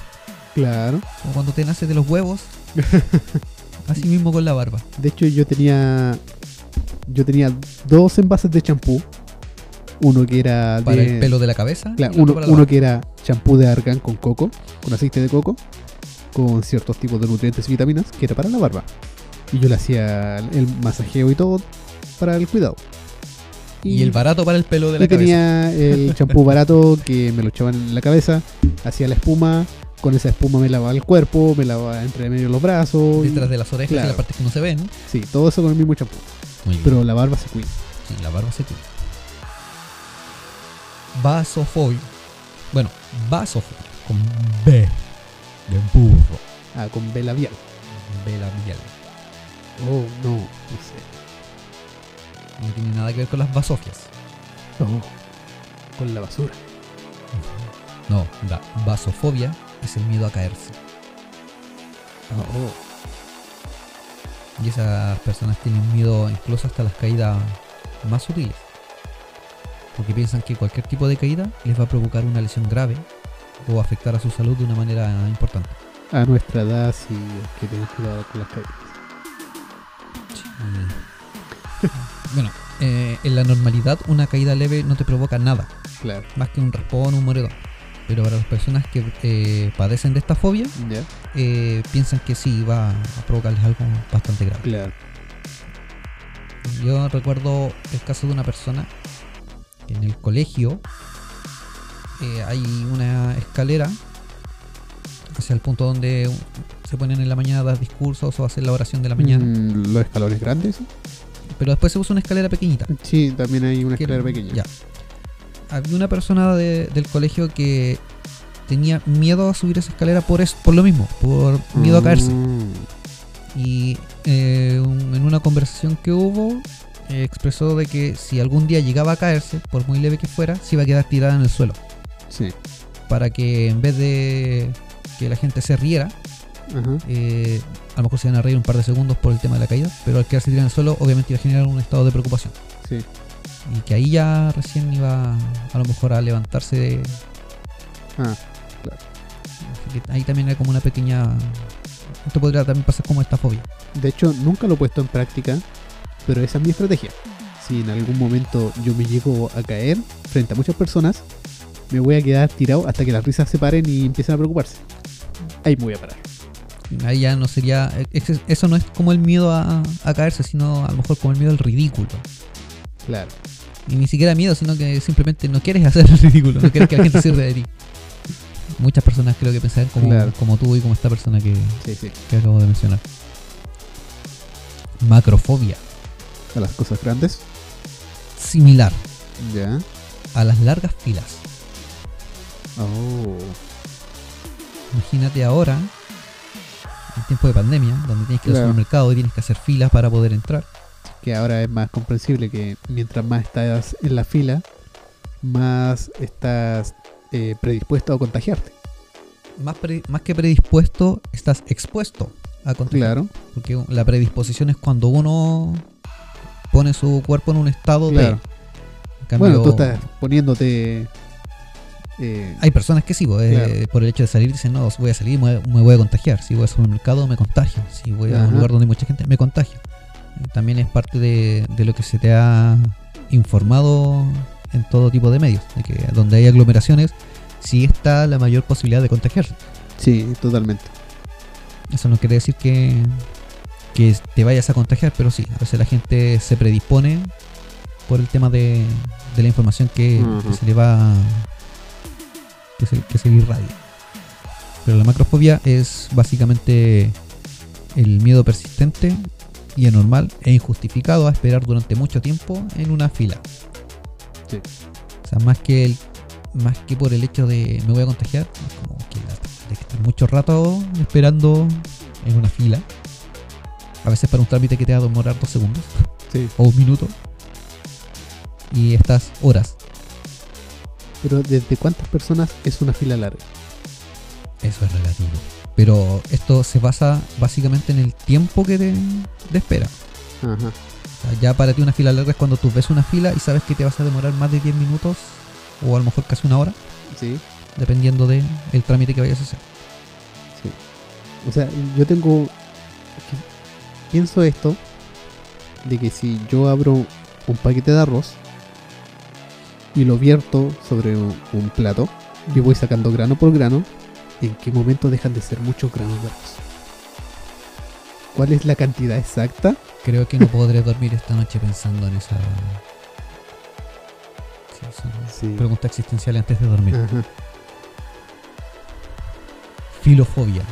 Speaker 2: claro.
Speaker 1: Como cuando te nace de los
Speaker 2: <laughs>
Speaker 1: huevos. así mismo con la barba.
Speaker 2: De hecho, yo tenía yo tenía dos envases de champú. Uno que era
Speaker 1: Para
Speaker 2: de,
Speaker 1: el pelo de la cabeza.
Speaker 2: Claro,
Speaker 1: y el
Speaker 2: uno,
Speaker 1: otro para la
Speaker 2: uno
Speaker 1: barba.
Speaker 2: que era champú de argán con coco, con aceite de coco, con ciertos tipos de nutrientes y vitaminas, que era para la barba. Y yo le hacía el masajeo y todo para el cuidado.
Speaker 1: Y el barato para el pelo de la
Speaker 2: y
Speaker 1: cabeza. <laughs>
Speaker 2: tenía el champú barato que me lo echaban en la cabeza, hacía la espuma, con esa espuma me lavaba el cuerpo, me lavaba entre medio los brazos. y-
Speaker 1: Detrás de las orejas,
Speaker 2: Claro.
Speaker 1: y las partes que no se ven.
Speaker 2: Sí, todo eso con el mismo champú.
Speaker 1: Muy bien.
Speaker 2: Pero la barba se cuida.
Speaker 1: Sí, la barba se cuida. Vasofobia. Bueno, vasofobia. Con B. De burro.
Speaker 2: Ah, con B labial.
Speaker 1: B labial.
Speaker 2: Oh, no, no sé.
Speaker 1: No tiene nada que ver con las vasofias.
Speaker 2: Oh, con la basura.
Speaker 1: No, la vasofobia es el miedo a caerse.
Speaker 2: Oh.
Speaker 1: Y esas personas tienen miedo incluso hasta las caídas más sutiles. Porque piensan que cualquier tipo de caída les va a provocar una lesión grave o afectar a su salud de una manera importante.
Speaker 2: a nuestra edad sí hay que tener cuidado con las caídas.
Speaker 1: Bueno, eh, en la normalidad una caída leve no te provoca nada,
Speaker 2: Claro.
Speaker 1: más que un raspón o un moredón. Pero para las personas que eh, padecen de esta fobia,
Speaker 2: ¿Ya?
Speaker 1: eh, piensan que sí, va a provocarles algo bastante grave.
Speaker 2: Claro.
Speaker 1: Yo recuerdo el caso de una persona que en el colegio eh, hay una escalera hacia el punto donde se ponen en la mañana a dar discursos o hacer la oración de la mañana.
Speaker 2: Mm, ¿Los escalones grandes?
Speaker 1: Pero después se usa una escalera pequeñita.
Speaker 2: Sí, también hay una
Speaker 1: que-
Speaker 2: escalera pequeña.
Speaker 1: Ya. Había una persona de- del colegio que tenía miedo a subir esa escalera por, es- por lo mismo, por miedo a caerse.
Speaker 2: Mm,
Speaker 1: y eh, un- en una conversación que hubo eh, expresó de que si algún día llegaba a caerse, por muy leve que fuera, se iba a quedar tirada en el suelo.
Speaker 2: Sí.
Speaker 1: Para que en vez de que la gente se riera,
Speaker 2: Ajá.
Speaker 1: eh, a lo mejor se iban a reír un par de segundos por el tema de la caída, pero al quedarse tirada en el suelo obviamente iba a generar un estado de preocupación.
Speaker 2: Sí.
Speaker 1: Y que ahí ya recién iba a lo mejor a levantarse. de-
Speaker 2: Ah,
Speaker 1: así que ahí también hay como una pequeña... Esto podría también pasar como esta fobia.
Speaker 2: De hecho, nunca lo he puesto en práctica, pero esa es mi estrategia. Si en algún momento yo me llego a caer frente a muchas personas, me voy a quedar tirado hasta que las risas se paren y empiecen a preocuparse. Ahí me voy a parar.
Speaker 1: Ahí ya no sería. ex- Eso no es como el miedo a, a caerse, sino a lo mejor como el miedo al ridículo.
Speaker 2: Claro.
Speaker 1: Y ni siquiera miedo, sino que simplemente no quieres hacer el ridículo, no quieres que la gente se ría de ti. Muchas personas creo que pensaban como,
Speaker 2: Claro.
Speaker 1: como tú y como esta persona que,
Speaker 2: Sí, sí.
Speaker 1: que acabo de mencionar. Macrofobia.
Speaker 2: A las cosas grandes.
Speaker 1: Similar
Speaker 2: Ya.
Speaker 1: a las largas filas.
Speaker 2: Oh.
Speaker 1: Imagínate ahora, en tiempo de pandemia, donde tienes que ir al
Speaker 2: Claro.
Speaker 1: supermercado y tienes que hacer filas para poder entrar.
Speaker 2: que ahora es más comprensible que mientras más estás en la fila, más estás eh, predispuesto a contagiarte.
Speaker 1: Más, pre- más que predispuesto, estás expuesto a contagiar.
Speaker 2: Claro,
Speaker 1: Porque la predisposición es cuando uno pone su cuerpo en un estado
Speaker 2: claro.
Speaker 1: de. En cambio,
Speaker 2: Bueno, tú estás poniéndote Eh,
Speaker 1: Hay personas que sí, pues, eh,
Speaker 2: Claro.
Speaker 1: por el hecho de salir dicen, no, voy a salir, me, me voy a contagiar. Si voy al supermercado, me contagio. Si voy a
Speaker 2: Ajá.
Speaker 1: un lugar donde hay mucha gente, me contagio. Eh, También es parte de, de lo que se te ha informado en todo tipo de medios, de que donde hay aglomeraciones, sí está la mayor posibilidad de contagiarse.
Speaker 2: sí, totalmente.
Speaker 1: Eso no quiere decir que, que te vayas a contagiar, pero sí, a veces la gente se predispone por el tema de, de la información que,
Speaker 2: Ujú.
Speaker 1: que se le va. que se, que se le irradia. Pero la macrofobia es básicamente el miedo persistente y anormal e injustificado a esperar durante mucho tiempo en una fila.
Speaker 2: Sí.
Speaker 1: O sea, más que el, más que por el hecho de me voy a contagiar, es como que lata, de que estar mucho rato esperando en una fila. A veces para un trámite que te va a demorar dos segundos
Speaker 2: Sí.
Speaker 1: o un minuto. Y estas horas.
Speaker 2: Pero ¿desde cuántas personas es una fila larga?
Speaker 1: Eso es relativo. Pero esto se basa básicamente en el tiempo que te, de espera.
Speaker 2: Ajá.
Speaker 1: O sea, ya para ti una fila larga es cuando tú ves una fila y sabes que te vas a demorar más de 10 minutos o a lo mejor casi una hora,
Speaker 2: Sí.
Speaker 1: dependiendo del el trámite que vayas a hacer.
Speaker 2: Sí. O sea, yo tengo. es que Pienso esto: de que si yo abro un paquete de arroz y lo vierto sobre un, un plato y voy sacando grano por grano, ¿en qué momento dejan de ser muchos granos de arroz? ¿Cuál es la cantidad exacta?
Speaker 1: Creo que no podré dormir esta noche pensando en esa. Sí, son
Speaker 2: Sí.
Speaker 1: Pregunta existencial antes de dormir.
Speaker 2: Ajá.
Speaker 1: Filofobia.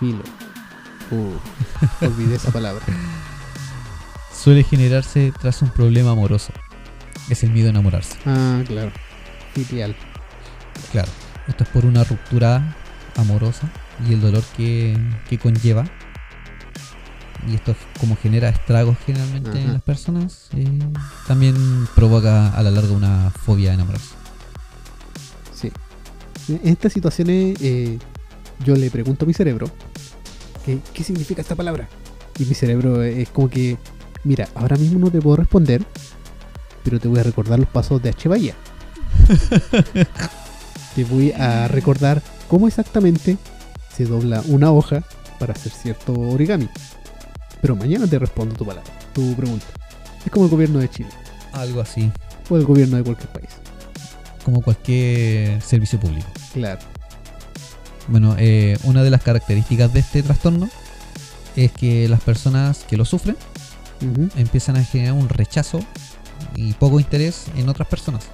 Speaker 2: Filo. Uh, olvidé esa palabra.
Speaker 1: Suele generarse tras un problema amoroso. Es el miedo a enamorarse.
Speaker 2: Ah, claro. Filial.
Speaker 1: Claro. Esto es por una ruptura amorosa y el dolor que, que conlleva. Y esto como genera estragos generalmente en
Speaker 2: Ajá.
Speaker 1: las personas, eh, también provoca a la larga una fobia a enamorarse.
Speaker 2: Sí. En estas situaciones eh, yo le pregunto a mi cerebro que, qué significa esta palabra. Y mi cerebro es como que, mira, ahora mismo no te puedo responder, pero te voy a recordar los pasos de H. Bahía. te voy a recordar cómo exactamente se dobla una hoja para hacer cierto origami. Pero mañana te respondo tu palabra, tu pregunta. Es como el gobierno de Chile
Speaker 1: Algo así,
Speaker 2: o el gobierno de cualquier país.
Speaker 1: como cualquier servicio público.
Speaker 2: Claro.
Speaker 1: Bueno, eh, una de las características de este trastorno es que las personas que lo sufren
Speaker 2: Ujú.
Speaker 1: empiezan a generar un rechazo y poco interés en otras personas.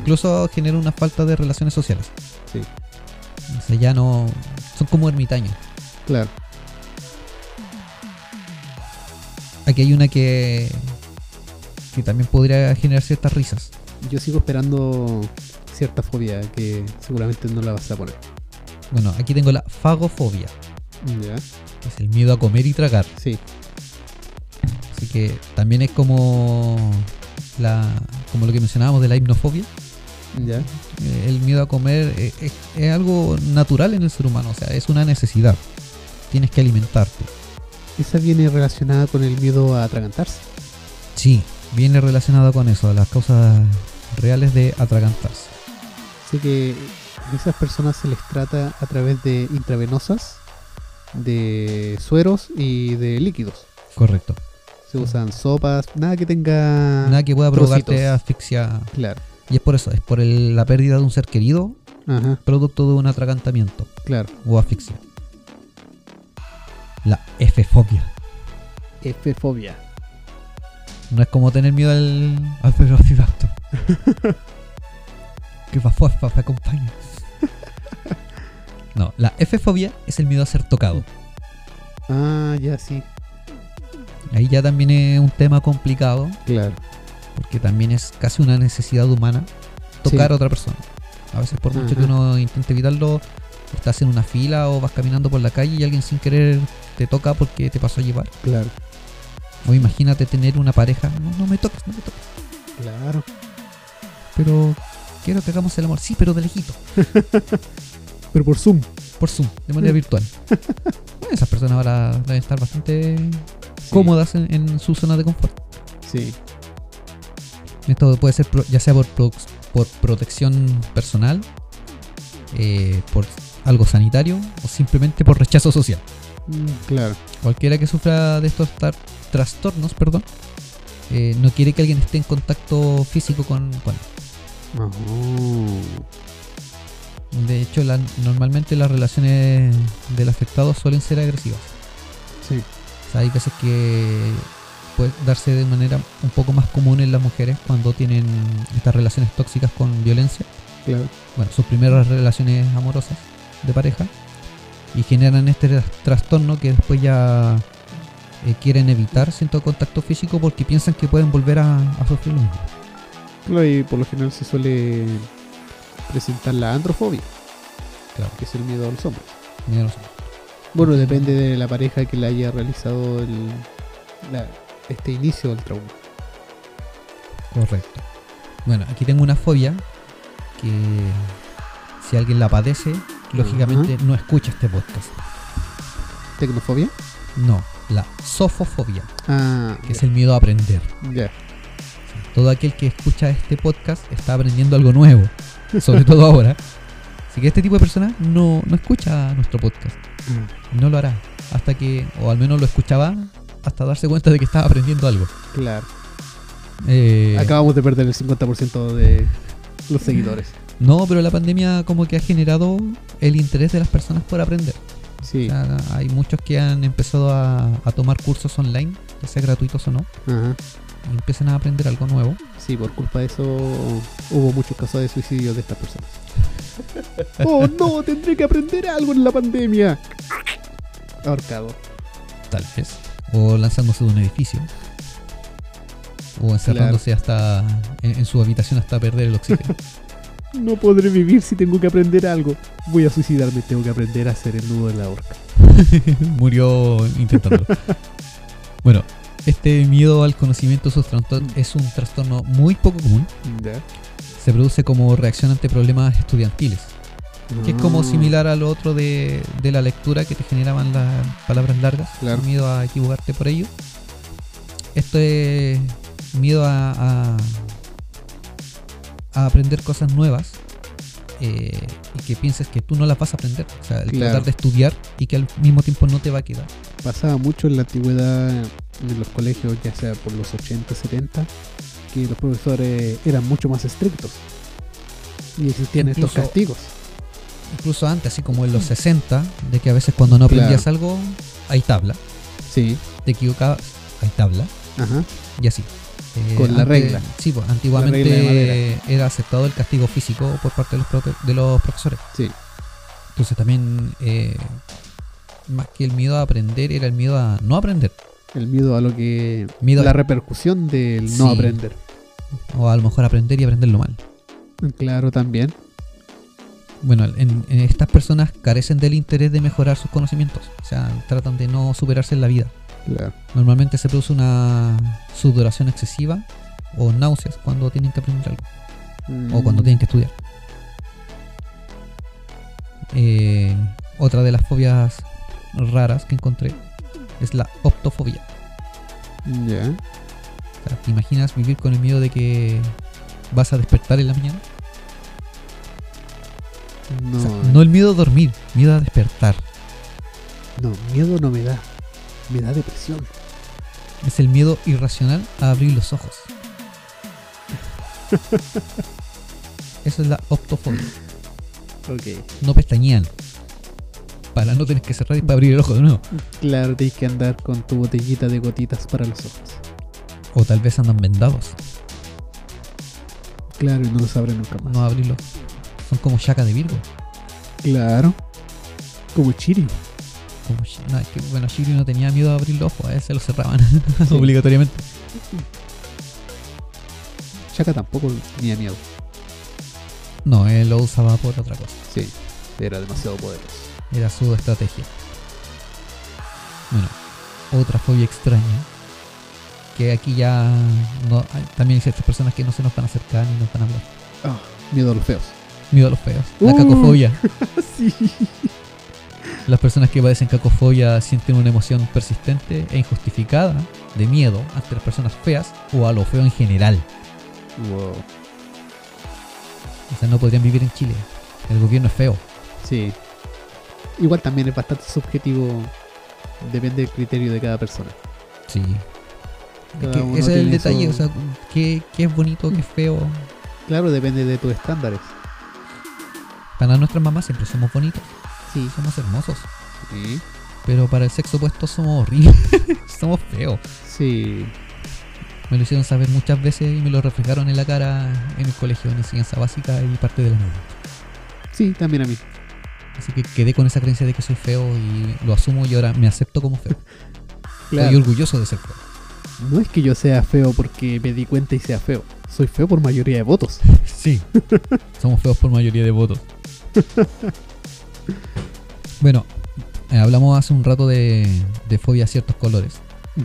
Speaker 1: Incluso genera una falta de relaciones sociales.
Speaker 2: Sí.
Speaker 1: O sea, ya no. Son como ermitaños.
Speaker 2: Claro.
Speaker 1: Aquí hay una que. que también podría generar ciertas risas.
Speaker 2: Yo sigo esperando cierta fobia que seguramente no la vas a poner.
Speaker 1: Bueno, aquí tengo la fagofobia,
Speaker 2: ¿Ya?
Speaker 1: que es el miedo a comer y tragar.
Speaker 2: Sí.
Speaker 1: Así que también es como. La, como lo que mencionábamos de la hipnofobia.
Speaker 2: ¿Ya?
Speaker 1: Eh, el miedo a comer eh, es, es algo natural en el ser humano, o sea, es una necesidad. Tienes que alimentarte.
Speaker 2: Esa viene relacionada con el miedo a atragantarse.
Speaker 1: Sí, viene relacionado con eso, las causas reales de atragantarse.
Speaker 2: Así que a esas personas se les trata a través de intravenosas, de sueros y de líquidos.
Speaker 1: Correcto.
Speaker 2: Se usan sopas, nada que tenga...
Speaker 1: Nada que pueda provocarte
Speaker 2: trocitos.
Speaker 1: asfixia.
Speaker 2: Claro.
Speaker 1: Y es por eso, es por el- la pérdida de un ser querido
Speaker 2: Ajá,
Speaker 1: producto de un atragantamiento
Speaker 2: claro.
Speaker 1: o asfixia. La F-fobia.
Speaker 2: F-fobia.
Speaker 1: No es como tener miedo al, al ferrofibacto. que va fuerza, me acompaña. No, la F-fobia es el miedo a ser tocado.
Speaker 2: Ah, ya sí.
Speaker 1: Ahí ya también es un tema complicado,
Speaker 2: Claro.
Speaker 1: porque también es casi una necesidad humana tocar
Speaker 2: Sí.
Speaker 1: a otra persona. A veces por mucho que
Speaker 2: Ajá.
Speaker 1: uno intente evitarlo, estás en una fila o vas caminando por la calle y alguien sin querer te toca porque te pasó a llevar.
Speaker 2: Claro.
Speaker 1: O imagínate tener una pareja, no, no me toques, no me toques,
Speaker 2: Claro.
Speaker 1: pero quiero que hagamos el amor. Sí, pero de lejito.
Speaker 2: Pero por Zoom.
Speaker 1: por Zoom, de manera virtual. <laughs> Bueno, esas personas ahora deben estar bastante
Speaker 2: Sí,
Speaker 1: cómodas en, en su zona de confort.
Speaker 2: Sí.
Speaker 1: Esto puede ser pro- ya sea por, pro- por protección personal, eh, por algo sanitario o simplemente por rechazo social.
Speaker 2: Mm, claro.
Speaker 1: Cualquiera que sufra de estos tar- trastornos, perdón, eh, no quiere que alguien esté en contacto físico con, con él. De hecho, la- normalmente las relaciones del afectado suelen ser agresivas.
Speaker 2: Sí.
Speaker 1: O sea, hay veces que puede darse de manera un poco más común en las mujeres cuando tienen estas relaciones tóxicas con violencia.
Speaker 2: Claro.
Speaker 1: Bueno, sus primeras relaciones amorosas de pareja y generan este tras- trastorno que después ya eh, quieren evitar cierto contacto físico porque piensan que pueden volver a, a sufrir lo mismo.
Speaker 2: Claro, y por lo general se suele presentar la androfobia,
Speaker 1: Claro,
Speaker 2: que es el miedo a los hombres.
Speaker 1: mira, no sé.
Speaker 2: Bueno, depende de la pareja que le haya realizado el, la- este inicio del trauma.
Speaker 1: Correcto. Bueno, aquí tengo una fobia que si alguien la padece, lógicamente no escucha este podcast.
Speaker 2: ¿Tecnofobia?
Speaker 1: No, la sofofobia,
Speaker 2: Ah,
Speaker 1: que es el miedo a aprender.
Speaker 2: ya.
Speaker 1: Todo aquel que escucha este podcast está aprendiendo algo nuevo, sobre todo ahora. Así que este tipo de personas no, no escucha nuestro podcast, no lo hará, hasta que, o al menos lo escuchaba, hasta darse cuenta de que estaba aprendiendo algo.
Speaker 2: Claro.
Speaker 1: Eh,
Speaker 2: Acabamos de perder el 50% de
Speaker 1: <laughs>
Speaker 2: los seguidores.
Speaker 1: no, pero la pandemia como que ha generado el interés de las personas por aprender.
Speaker 2: Sí.
Speaker 1: O sea, hay muchos que han empezado a, a tomar cursos online, ya sea gratuitos o no,
Speaker 2: Ajá.
Speaker 1: y empiezan a aprender algo nuevo.
Speaker 2: Sí, por culpa de eso hubo muchos casos de suicidio de estas personas. <laughs> ¡Oh no! Tendré que aprender algo en la pandemia. Ahorcado.
Speaker 1: Tal vez. O lanzándose de un edificio. O encerrándose hasta en, en su habitación hasta perder el <laughs> oxígeno.
Speaker 2: No podré vivir si tengo que aprender algo. Voy a suicidarme, tengo que aprender a hacer el nudo de la horca.
Speaker 1: Murió intentándolo. bueno, este miedo al conocimiento es un trastorno- es un trastorno muy poco común.
Speaker 2: Ya.
Speaker 1: Se produce como reacción ante problemas estudiantiles. Que es
Speaker 2: Mm.
Speaker 1: como similar al otro de, de la lectura que te generaban las palabras largas,
Speaker 2: Claro.
Speaker 1: miedo a equivocarte por ello. Esto es miedo a, a, a aprender cosas nuevas eh, y que pienses que tú no las vas a aprender. O sea, el
Speaker 2: Claro.
Speaker 1: tratar de estudiar y que al mismo tiempo no te va a quedar.
Speaker 2: Pasaba mucho en la antigüedad en los colegios, ya sea por los 80, 70, que los profesores eran mucho más estrictos. Y existían
Speaker 1: Incluso-
Speaker 2: estos castigos.
Speaker 1: Incluso antes, así como en los 60, de que a veces cuando no aprendías algo, hay tabla.
Speaker 2: Sí.
Speaker 1: Te equivocabas, hay tabla.
Speaker 2: Ajá.
Speaker 1: y así. Eh,
Speaker 2: Con la
Speaker 1: ante-
Speaker 2: regla.
Speaker 1: Sí, pues antiguamente
Speaker 2: regla de madera.
Speaker 1: era aceptado el castigo físico por parte de los, profe- de los profesores.
Speaker 2: Sí.
Speaker 1: Entonces también, eh, más que el miedo a aprender, era el miedo a no aprender.
Speaker 2: El miedo a lo que.
Speaker 1: Miedo a-
Speaker 2: la repercusión del no
Speaker 1: Sí.
Speaker 2: aprender.
Speaker 1: O a lo mejor aprender y aprenderlo mal.
Speaker 2: Claro, también.
Speaker 1: Bueno, en, en estas personas carecen del interés de mejorar sus conocimientos. O sea, tratan de no superarse en la vida.
Speaker 2: Claro.
Speaker 1: Normalmente se produce una sudoración excesiva o náuseas cuando tienen que aprender algo. o cuando tienen que estudiar. Eh, otra de las fobias raras que encontré es la optofobia.
Speaker 2: Ya.
Speaker 1: O sea, ¿Te imaginas vivir con el miedo de que vas a despertar en la mañana?
Speaker 2: No, eh,
Speaker 1: O sea, no el miedo a dormir, miedo a despertar.
Speaker 2: no, miedo no me da. Me da depresión.
Speaker 1: Es el miedo irracional a abrir los ojos. Eso es la optofobia.
Speaker 2: Ok.
Speaker 1: No pestañean. Para no tener que cerrar y para abrir el ojo de nuevo.
Speaker 2: Claro, tienes que andar con tu botellita de gotitas para los ojos.
Speaker 1: O tal vez andan vendados.
Speaker 2: Claro, y no lo sabré nunca más.
Speaker 1: No abrirlos. Son como Shaka de Virgo.
Speaker 2: Claro. Como Chiri.
Speaker 1: Como Shi- no, es que, bueno, Shiryu no tenía miedo a abrir los ojos, a él se los cerraban <laughs> obligatoriamente.
Speaker 2: Chaka tampoco tenía miedo.
Speaker 1: No, él lo usaba por otra cosa.
Speaker 2: Sí, era demasiado poderoso.
Speaker 1: Era su estrategia. Bueno, otra fobia extraña. Que aquí ya no- hay- también hay ciertas personas que no se nos van a acercar ni nos van a hablar.
Speaker 2: Ah, miedo a los feos.
Speaker 1: Miedo a los feos. La
Speaker 2: Uh.
Speaker 1: cacofobia.
Speaker 2: <laughs> sí.
Speaker 1: Las personas que padecen cacofobia sienten una emoción persistente e injustificada de miedo ante las personas feas o a lo feo en general.
Speaker 2: Wow.
Speaker 1: O sea, no podrían vivir en Chile. El gobierno es feo.
Speaker 2: Sí. Igual también es bastante subjetivo. Depende del criterio de cada persona.
Speaker 1: Sí.
Speaker 2: Cada uno
Speaker 1: ese es el
Speaker 2: tiene su-
Speaker 1: detalle, o sea, ¿qué, qué es bonito, qué es feo.
Speaker 2: Claro, depende de tus estándares.
Speaker 1: Para nuestras mamás siempre somos bonitos,
Speaker 2: Sí.
Speaker 1: somos hermosos.
Speaker 2: Sí.
Speaker 1: Pero para el sexo opuesto somos horribles, <laughs> somos feos.
Speaker 2: Sí.
Speaker 1: Me lo hicieron saber muchas veces y me lo reflejaron en la cara en el colegio, en enseñanza básica y parte de la media.
Speaker 2: también a mí.
Speaker 1: Así que quedé con esa creencia de que soy feo y lo asumo y ahora me acepto como feo. Estoy
Speaker 2: Claro.
Speaker 1: orgulloso de ser feo.
Speaker 2: No es que yo sea feo porque me di cuenta y sea feo. Soy feo por mayoría de votos.
Speaker 1: Sí. <laughs> Somos feos por mayoría de votos. bueno, eh, hablamos hace un rato de, de fobia a ciertos colores.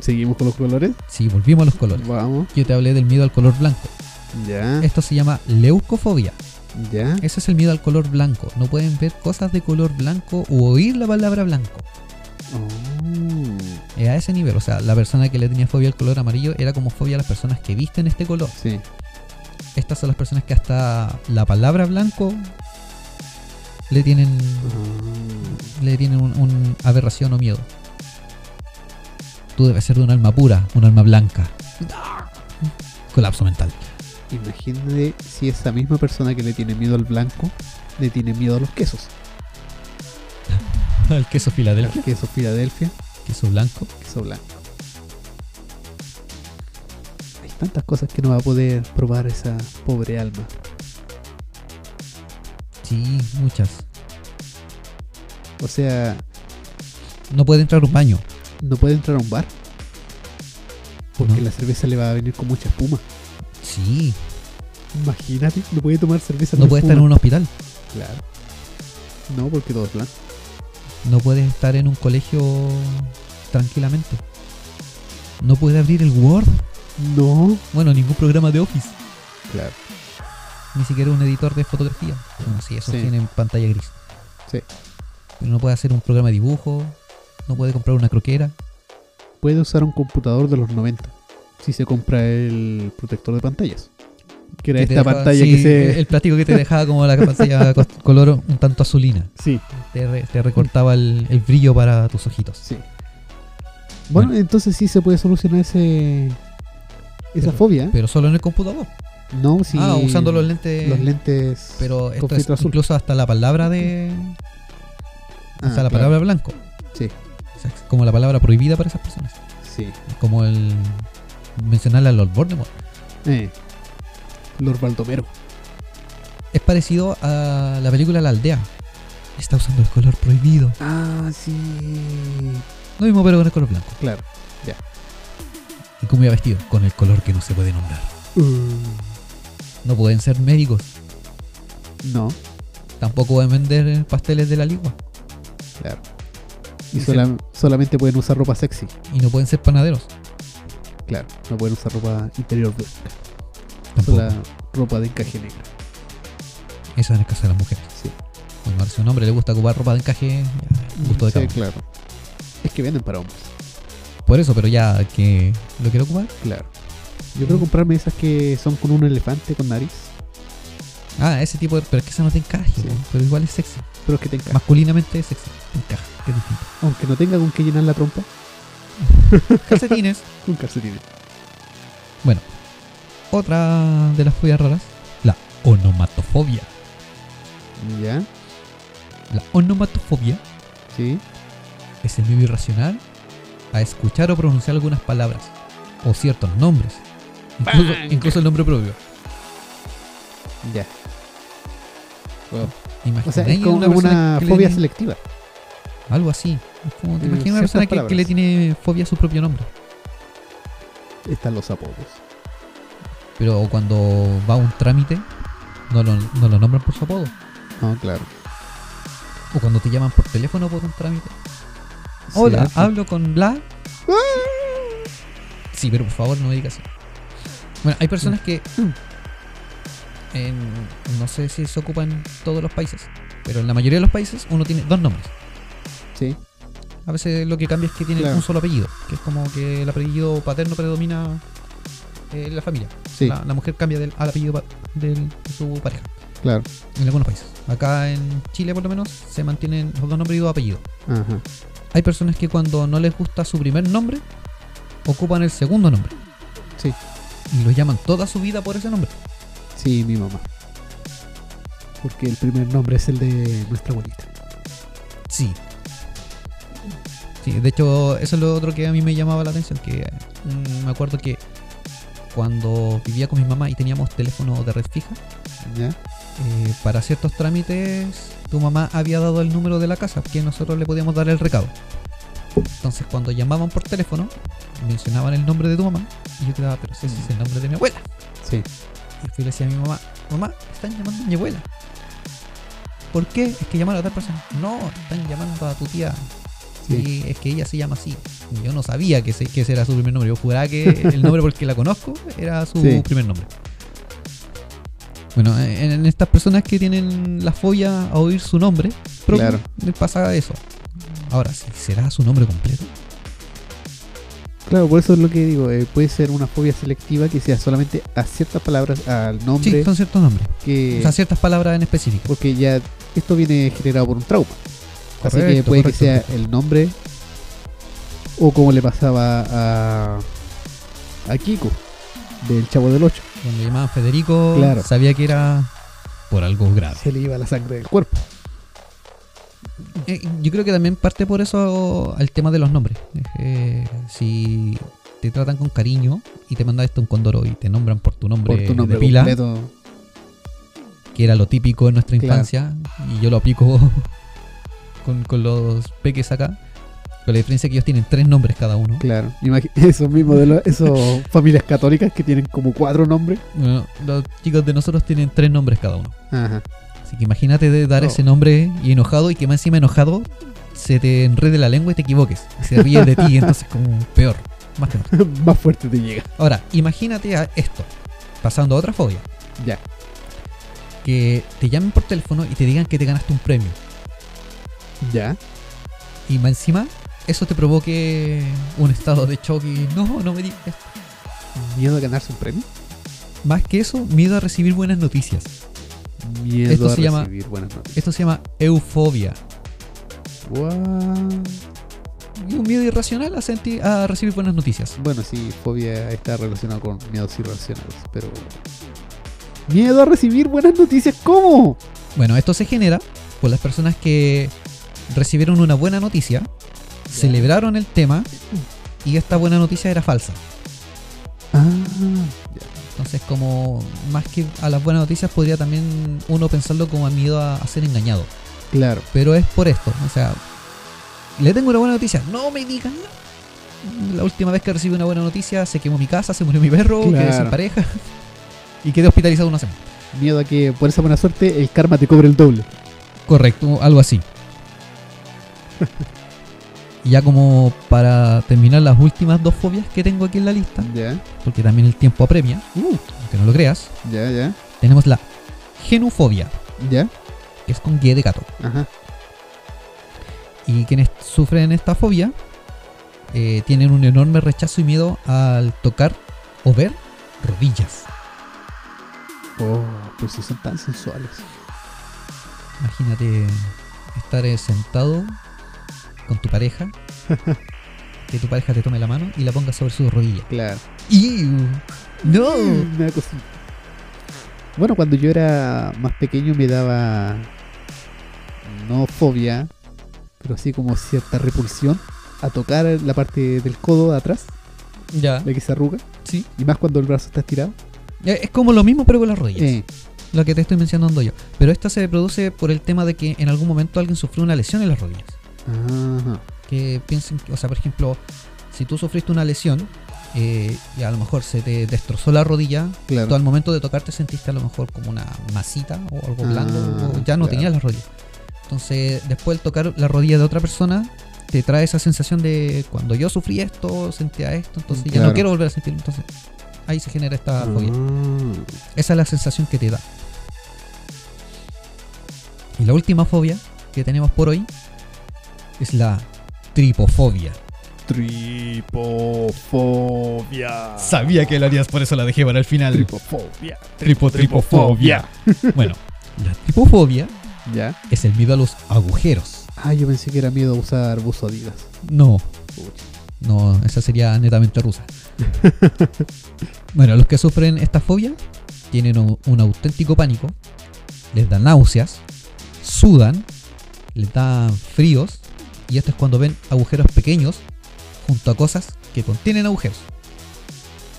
Speaker 2: Seguimos con los colores.
Speaker 1: Sí, volvimos a los colores.
Speaker 2: Vamos.
Speaker 1: Yo te hablé del miedo al color blanco.
Speaker 2: Ya.
Speaker 1: Esto se llama leucofobia.
Speaker 2: Ya.
Speaker 1: Ese es el miedo al color blanco. No pueden ver cosas de color blanco o oír la palabra blanco.
Speaker 2: Oh,
Speaker 1: Eh, a ese nivel, o sea, la persona que le tenía fobia al color amarillo era como fobia a las personas que visten este color.
Speaker 2: Sí.
Speaker 1: Estas son las personas que hasta la palabra blanco le tienen,
Speaker 2: Ah.
Speaker 1: le tienen un, un aberración o miedo. Tú debes ser de un alma pura, un alma blanca. Colapso mental. <laughs>
Speaker 2: Imagínate si esa misma persona que le tiene miedo al blanco le tiene miedo a los quesos.
Speaker 1: El queso
Speaker 2: Al
Speaker 1: Filadelfia,
Speaker 2: queso Filadelfia,
Speaker 1: queso blanco.
Speaker 2: queso blanco. Hay tantas cosas que no va a poder probar esa pobre alma.
Speaker 1: Sí, muchas.
Speaker 2: O sea,
Speaker 1: No puede entrar a un baño.
Speaker 2: no puede entrar a un bar porque
Speaker 1: No.
Speaker 2: la cerveza le va a venir con mucha espuma.
Speaker 1: Sí,
Speaker 2: Imagínate, no puede tomar cerveza.
Speaker 1: no
Speaker 2: con
Speaker 1: puede estar en
Speaker 2: espuma.
Speaker 1: un hospital.
Speaker 2: Claro. No, porque todo es blanco.
Speaker 1: No puedes estar en un colegio tranquilamente. No puedes abrir el Word.
Speaker 2: No.
Speaker 1: Bueno, ningún programa de Office.
Speaker 2: Claro.
Speaker 1: Ni siquiera un editor de fotografía. Bueno, sí, esos
Speaker 2: Sí.
Speaker 1: tienen pantalla gris.
Speaker 2: Sí.
Speaker 1: Pero no puede hacer un programa de dibujo. No puede comprar una croquera.
Speaker 2: Puede usar un computador de los 90 si se compra el protector de pantallas. Que era
Speaker 1: Que te
Speaker 2: esta
Speaker 1: dejaba-
Speaker 2: pantalla
Speaker 1: sí,
Speaker 2: que se.
Speaker 1: El plástico que te dejaba como la
Speaker 2: <laughs>
Speaker 1: pantalla co- color un tanto azulina.
Speaker 2: Sí,
Speaker 1: Te, re- te recortaba el, el brillo para tus ojitos.
Speaker 2: sí. Bueno,
Speaker 1: Bueno.
Speaker 2: entonces sí se puede solucionar ese. Esa
Speaker 1: Pero-
Speaker 2: fobia.
Speaker 1: Pero solo en el computador.
Speaker 2: no, si.
Speaker 1: Ah, usando los lentes.
Speaker 2: Los lentes.
Speaker 1: Pero esto
Speaker 2: con
Speaker 1: es
Speaker 2: filtro azul.
Speaker 1: incluso hasta la palabra de.
Speaker 2: Ah,
Speaker 1: hasta la
Speaker 2: claro.
Speaker 1: palabra blanco.
Speaker 2: Sí.
Speaker 1: O sea, es como la palabra prohibida para esas personas.
Speaker 2: Sí.
Speaker 1: Como el. mencionarla a Lord Voldemort.
Speaker 2: Eh. Lord Baldomero.
Speaker 1: Es parecido a la película La Aldea. Está usando el color prohibido.
Speaker 2: Ah, sí.
Speaker 1: Lo mismo, pero con el color blanco.
Speaker 2: Claro.
Speaker 1: ¿Y cómo iba vestido? Con el color que no se puede nombrar.
Speaker 2: Mm.
Speaker 1: No pueden ser médicos.
Speaker 2: no,
Speaker 1: Tampoco pueden vender pasteles de la ligua.
Speaker 2: claro. Y
Speaker 1: Dice-
Speaker 2: sola- solamente pueden usar ropa sexy.
Speaker 1: Y no pueden ser panaderos.
Speaker 2: Claro, no pueden usar ropa interior blanca.
Speaker 1: Tampoco.
Speaker 2: Usa la ropa de encaje negro.
Speaker 1: Eso en el caso de las mujeres.
Speaker 2: Sí.
Speaker 1: Bueno, si a un hombre le gusta ocupar ropa de encaje, ya, gusto de
Speaker 2: Sí,
Speaker 1: cada uno.
Speaker 2: claro. Es que venden para hombres.
Speaker 1: Por eso, pero ya que lo quiero ocupar.
Speaker 2: Claro. Yo quiero comprarme esas que son con un elefante con nariz,
Speaker 1: Ah, ese tipo de. Pero es que eso no te encaja,
Speaker 2: Sí.
Speaker 1: po, pero igual es sexy.
Speaker 2: pero que te encaje.
Speaker 1: Masculinamente es sexy. Te encaja, que es
Speaker 2: <laughs>
Speaker 1: distinto.
Speaker 2: Aunque no tenga con qué llenar la trompa,
Speaker 1: Calcetines.
Speaker 2: con calcetines.
Speaker 1: Otra de las fobias raras, la onomatofobia.
Speaker 2: Ya,
Speaker 1: La onomatofobia
Speaker 2: sí.
Speaker 1: es el miedo irracional a escuchar o pronunciar algunas palabras o ciertos nombres, incluso,
Speaker 2: Bang.
Speaker 1: incluso el nombre propio.
Speaker 2: Ya.
Speaker 1: Imagina
Speaker 2: O sea, es como una, fobia selectiva.
Speaker 1: Algo así. Es como- ¿te
Speaker 2: Eh,
Speaker 1: imaginas una
Speaker 2: ciertas
Speaker 1: persona que, que le
Speaker 2: palabras.
Speaker 1: tiene fobia a su propio nombre.
Speaker 2: Están los apodos.
Speaker 1: Pero cuando va a un trámite, no lo, no lo nombran por su apodo.
Speaker 2: No, claro.
Speaker 1: O cuando te llaman por teléfono por un trámite. Hola,
Speaker 2: Cierto.
Speaker 1: hablo con bla. Ah. Sí, pero por favor no me digas eso. Bueno, hay personas que.
Speaker 2: Mm.
Speaker 1: en- no sé si se ocupan en todos los países, pero en la mayoría de los países uno tiene dos nombres.
Speaker 2: Sí,
Speaker 1: A veces lo que cambia es que tiene
Speaker 2: Claro.
Speaker 1: un solo apellido, que es como que el apellido paterno predomina eh, en la familia.
Speaker 2: Sí.
Speaker 1: La, la mujer cambia del, al apellido pa- del- de su pareja.
Speaker 2: Claro.
Speaker 1: En algunos países. Acá en Chile, por lo menos, se mantienen los dos nombres y dos apellidos.
Speaker 2: Ajá.
Speaker 1: Hay personas que cuando no les gusta su primer nombre, ocupan el segundo nombre.
Speaker 2: Sí.
Speaker 1: Y lo llaman toda su vida por ese nombre.
Speaker 2: Sí, mi mamá. Porque el primer nombre es el de nuestra abuelita.
Speaker 1: Sí. Sí, de hecho, eso es lo otro que a mí me llamaba la atención, que eh, mm, me acuerdo que cuando vivía con mi mamá y teníamos teléfono de red fija,
Speaker 2: ¿Ya?
Speaker 1: eh, para ciertos trámites tu mamá había dado el número de la casa, que nosotros le podíamos dar el recado. Entonces cuando llamaban por teléfono, mencionaban el nombre de tu mamá, y yo quedaba, pero si ese es el nombre de mi abuela.
Speaker 2: Sí.
Speaker 1: Y fui y le decía a mi mamá, mamá, están llamando a mi abuela. ¿Por qué? Es que llamaron a tal persona. No, están llamando a tu tía.
Speaker 2: Sí.
Speaker 1: Y es que ella se llama así. Y yo no sabía que, ese- que ese era su primer nombre. Yo juraba que el nombre porque la conozco era su
Speaker 2: Sí.
Speaker 1: primer nombre. Bueno, en, en estas personas que tienen la folla a oír su nombre, propio,
Speaker 2: Claro.
Speaker 1: les pasa eso. Ahora, ¿sí ¿será su nombre completo?
Speaker 2: Claro, por eso es lo que digo. eh, puede ser una fobia selectiva que sea solamente a ciertas palabras, al nombre
Speaker 1: Sí, son ciertos nombres.
Speaker 2: que.
Speaker 1: O sea, ciertas palabras en específico.
Speaker 2: porque ya esto viene generado por un trauma. Así que
Speaker 1: Correcto,
Speaker 2: puede
Speaker 1: correcto,
Speaker 2: que sea
Speaker 1: correcto.
Speaker 2: el nombre o como le pasaba a, a Kiko del Chavo del Ocho.
Speaker 1: Cuando llamaban Federico,
Speaker 2: Claro.
Speaker 1: sabía que era por algo grave.
Speaker 2: Se le iba la sangre del cuerpo.
Speaker 1: Eh, yo creo que también parte por eso al tema de los nombres. Eh, si te tratan con cariño y te mandaste un condoro y te nombran por tu nombre,
Speaker 2: Por tu nombre
Speaker 1: de pila,
Speaker 2: completo.
Speaker 1: que era lo típico en nuestra
Speaker 2: Claro.
Speaker 1: infancia, y yo lo aplico <laughs> con, con los peques acá, con la diferencia que ellos tienen tres nombres cada uno.
Speaker 2: Claro. Imagi- <laughs> Esos mismos de los- esos familias católicas que tienen como cuatro nombres.
Speaker 1: Bueno, los chicos de nosotros tienen tres nombres cada uno.
Speaker 2: Ajá.
Speaker 1: Así que imagínate de dar
Speaker 2: Oh.
Speaker 1: ese nombre y enojado y que más encima enojado se te enrede la lengua y te equivoques. Y se ríen de ti, entonces como peor, más que
Speaker 2: <laughs> Más fuerte te llega.
Speaker 1: Ahora, imagínate a esto, pasando a otra fobia,
Speaker 2: Ya.
Speaker 1: que te llamen por teléfono y te digan que te ganaste un premio.
Speaker 2: Ya.
Speaker 1: Y más encima, eso te provoque un estado de shock y no, no me digas. esto".
Speaker 2: Miedo a ganarse un premio.
Speaker 1: Más que eso, miedo a recibir buenas noticias.
Speaker 2: Miedo
Speaker 1: Esto
Speaker 2: a
Speaker 1: se llama-
Speaker 2: recibir buenas noticias.
Speaker 1: Esto se llama eufobia.
Speaker 2: Guau.
Speaker 1: Y un miedo irracional a, sentir, a recibir buenas noticias.
Speaker 2: Bueno, sí, fobia está relacionada con miedos irracionales, pero. Miedo a recibir buenas noticias, ¿cómo?
Speaker 1: Bueno, esto se genera por las personas que recibieron una buena noticia, celebraron el tema y esta buena noticia era falsa.
Speaker 2: Ah,
Speaker 1: Entonces, como más que a las buenas noticias, podría también uno pensarlo como a miedo a, a ser engañado.
Speaker 2: claro.
Speaker 1: Pero es por esto, o sea, le tengo una buena noticia, no me digan nada. La última vez que recibí una buena noticia, se quemó mi casa, se murió mi perro, quedé sin
Speaker 2: Claro.
Speaker 1: pareja <laughs> y quedé hospitalizado una semana.
Speaker 2: Miedo a que por esa buena suerte el karma te cobre el doble.
Speaker 1: Correcto, algo así. Y ya como para terminar las últimas dos fobias que tengo aquí en la lista,
Speaker 2: Ya,
Speaker 1: porque también el tiempo apremia, aunque no lo creas,
Speaker 2: ya, ya,
Speaker 1: tenemos la genufobia,
Speaker 2: ya.
Speaker 1: que es con guía de gato.
Speaker 2: Ajá.
Speaker 1: Y quienes sufren esta fobia eh, tienen un enorme rechazo y miedo al tocar o ver rodillas.
Speaker 2: Oh, pues sí son tan sensuales.
Speaker 1: Imagínate estar eh, sentado con tu pareja, que tu pareja te tome la mano y la ponga sobre su rodilla.
Speaker 2: Claro.
Speaker 1: ¡Ew! ¡No!
Speaker 2: Una Mm, cosita. Bueno, cuando yo era más pequeño me daba. No fobia, pero sí como cierta repulsión a tocar la parte del codo de atrás,
Speaker 1: Ya,
Speaker 2: la que se arruga.
Speaker 1: sí.
Speaker 2: Y más cuando el brazo está estirado.
Speaker 1: Eh, Es como lo mismo pero con las rodillas.
Speaker 2: Eh,
Speaker 1: Lo que te estoy mencionando yo. Pero esta se produce por el tema de que en algún momento alguien sufrió una lesión en las rodillas.
Speaker 2: Ajá.
Speaker 1: que piensen, o sea, por ejemplo, si tú sufriste una lesión eh, y a lo mejor se te destrozó la rodilla, tú
Speaker 2: Claro.
Speaker 1: al momento de tocarte sentiste a lo mejor como una masita o algo
Speaker 2: Ah,
Speaker 1: blando, o ya no
Speaker 2: claro.
Speaker 1: tenías la rodilla. Entonces, después al tocar la rodilla de otra persona, te trae esa sensación de cuando yo sufrí esto, sentía esto, entonces ya no
Speaker 2: Claro.
Speaker 1: quiero volver a sentirlo. Entonces, ahí se genera esta fobia. Esa es la sensación que te da. Y
Speaker 3: Ah.
Speaker 1: la última fobia que tenemos por hoy es la tripofobia.
Speaker 2: Tripofobia.
Speaker 3: Sabía que lo harías, por eso la dejé para el final.
Speaker 2: Tripofobia.
Speaker 3: Tripo, tripofobia. bueno,
Speaker 1: La tripofobia
Speaker 2: ¿Ya?
Speaker 1: es el miedo a los agujeros.
Speaker 2: Ah, yo pensé que era miedo a usar buzo Adidas.
Speaker 1: No, no, esa sería netamente rusa. bueno, los que sufren esta fobia tienen un, un auténtico pánico, les da náuseas, sudan, les dan fríos, y esto es cuando ven agujeros pequeños junto a cosas que contienen agujeros.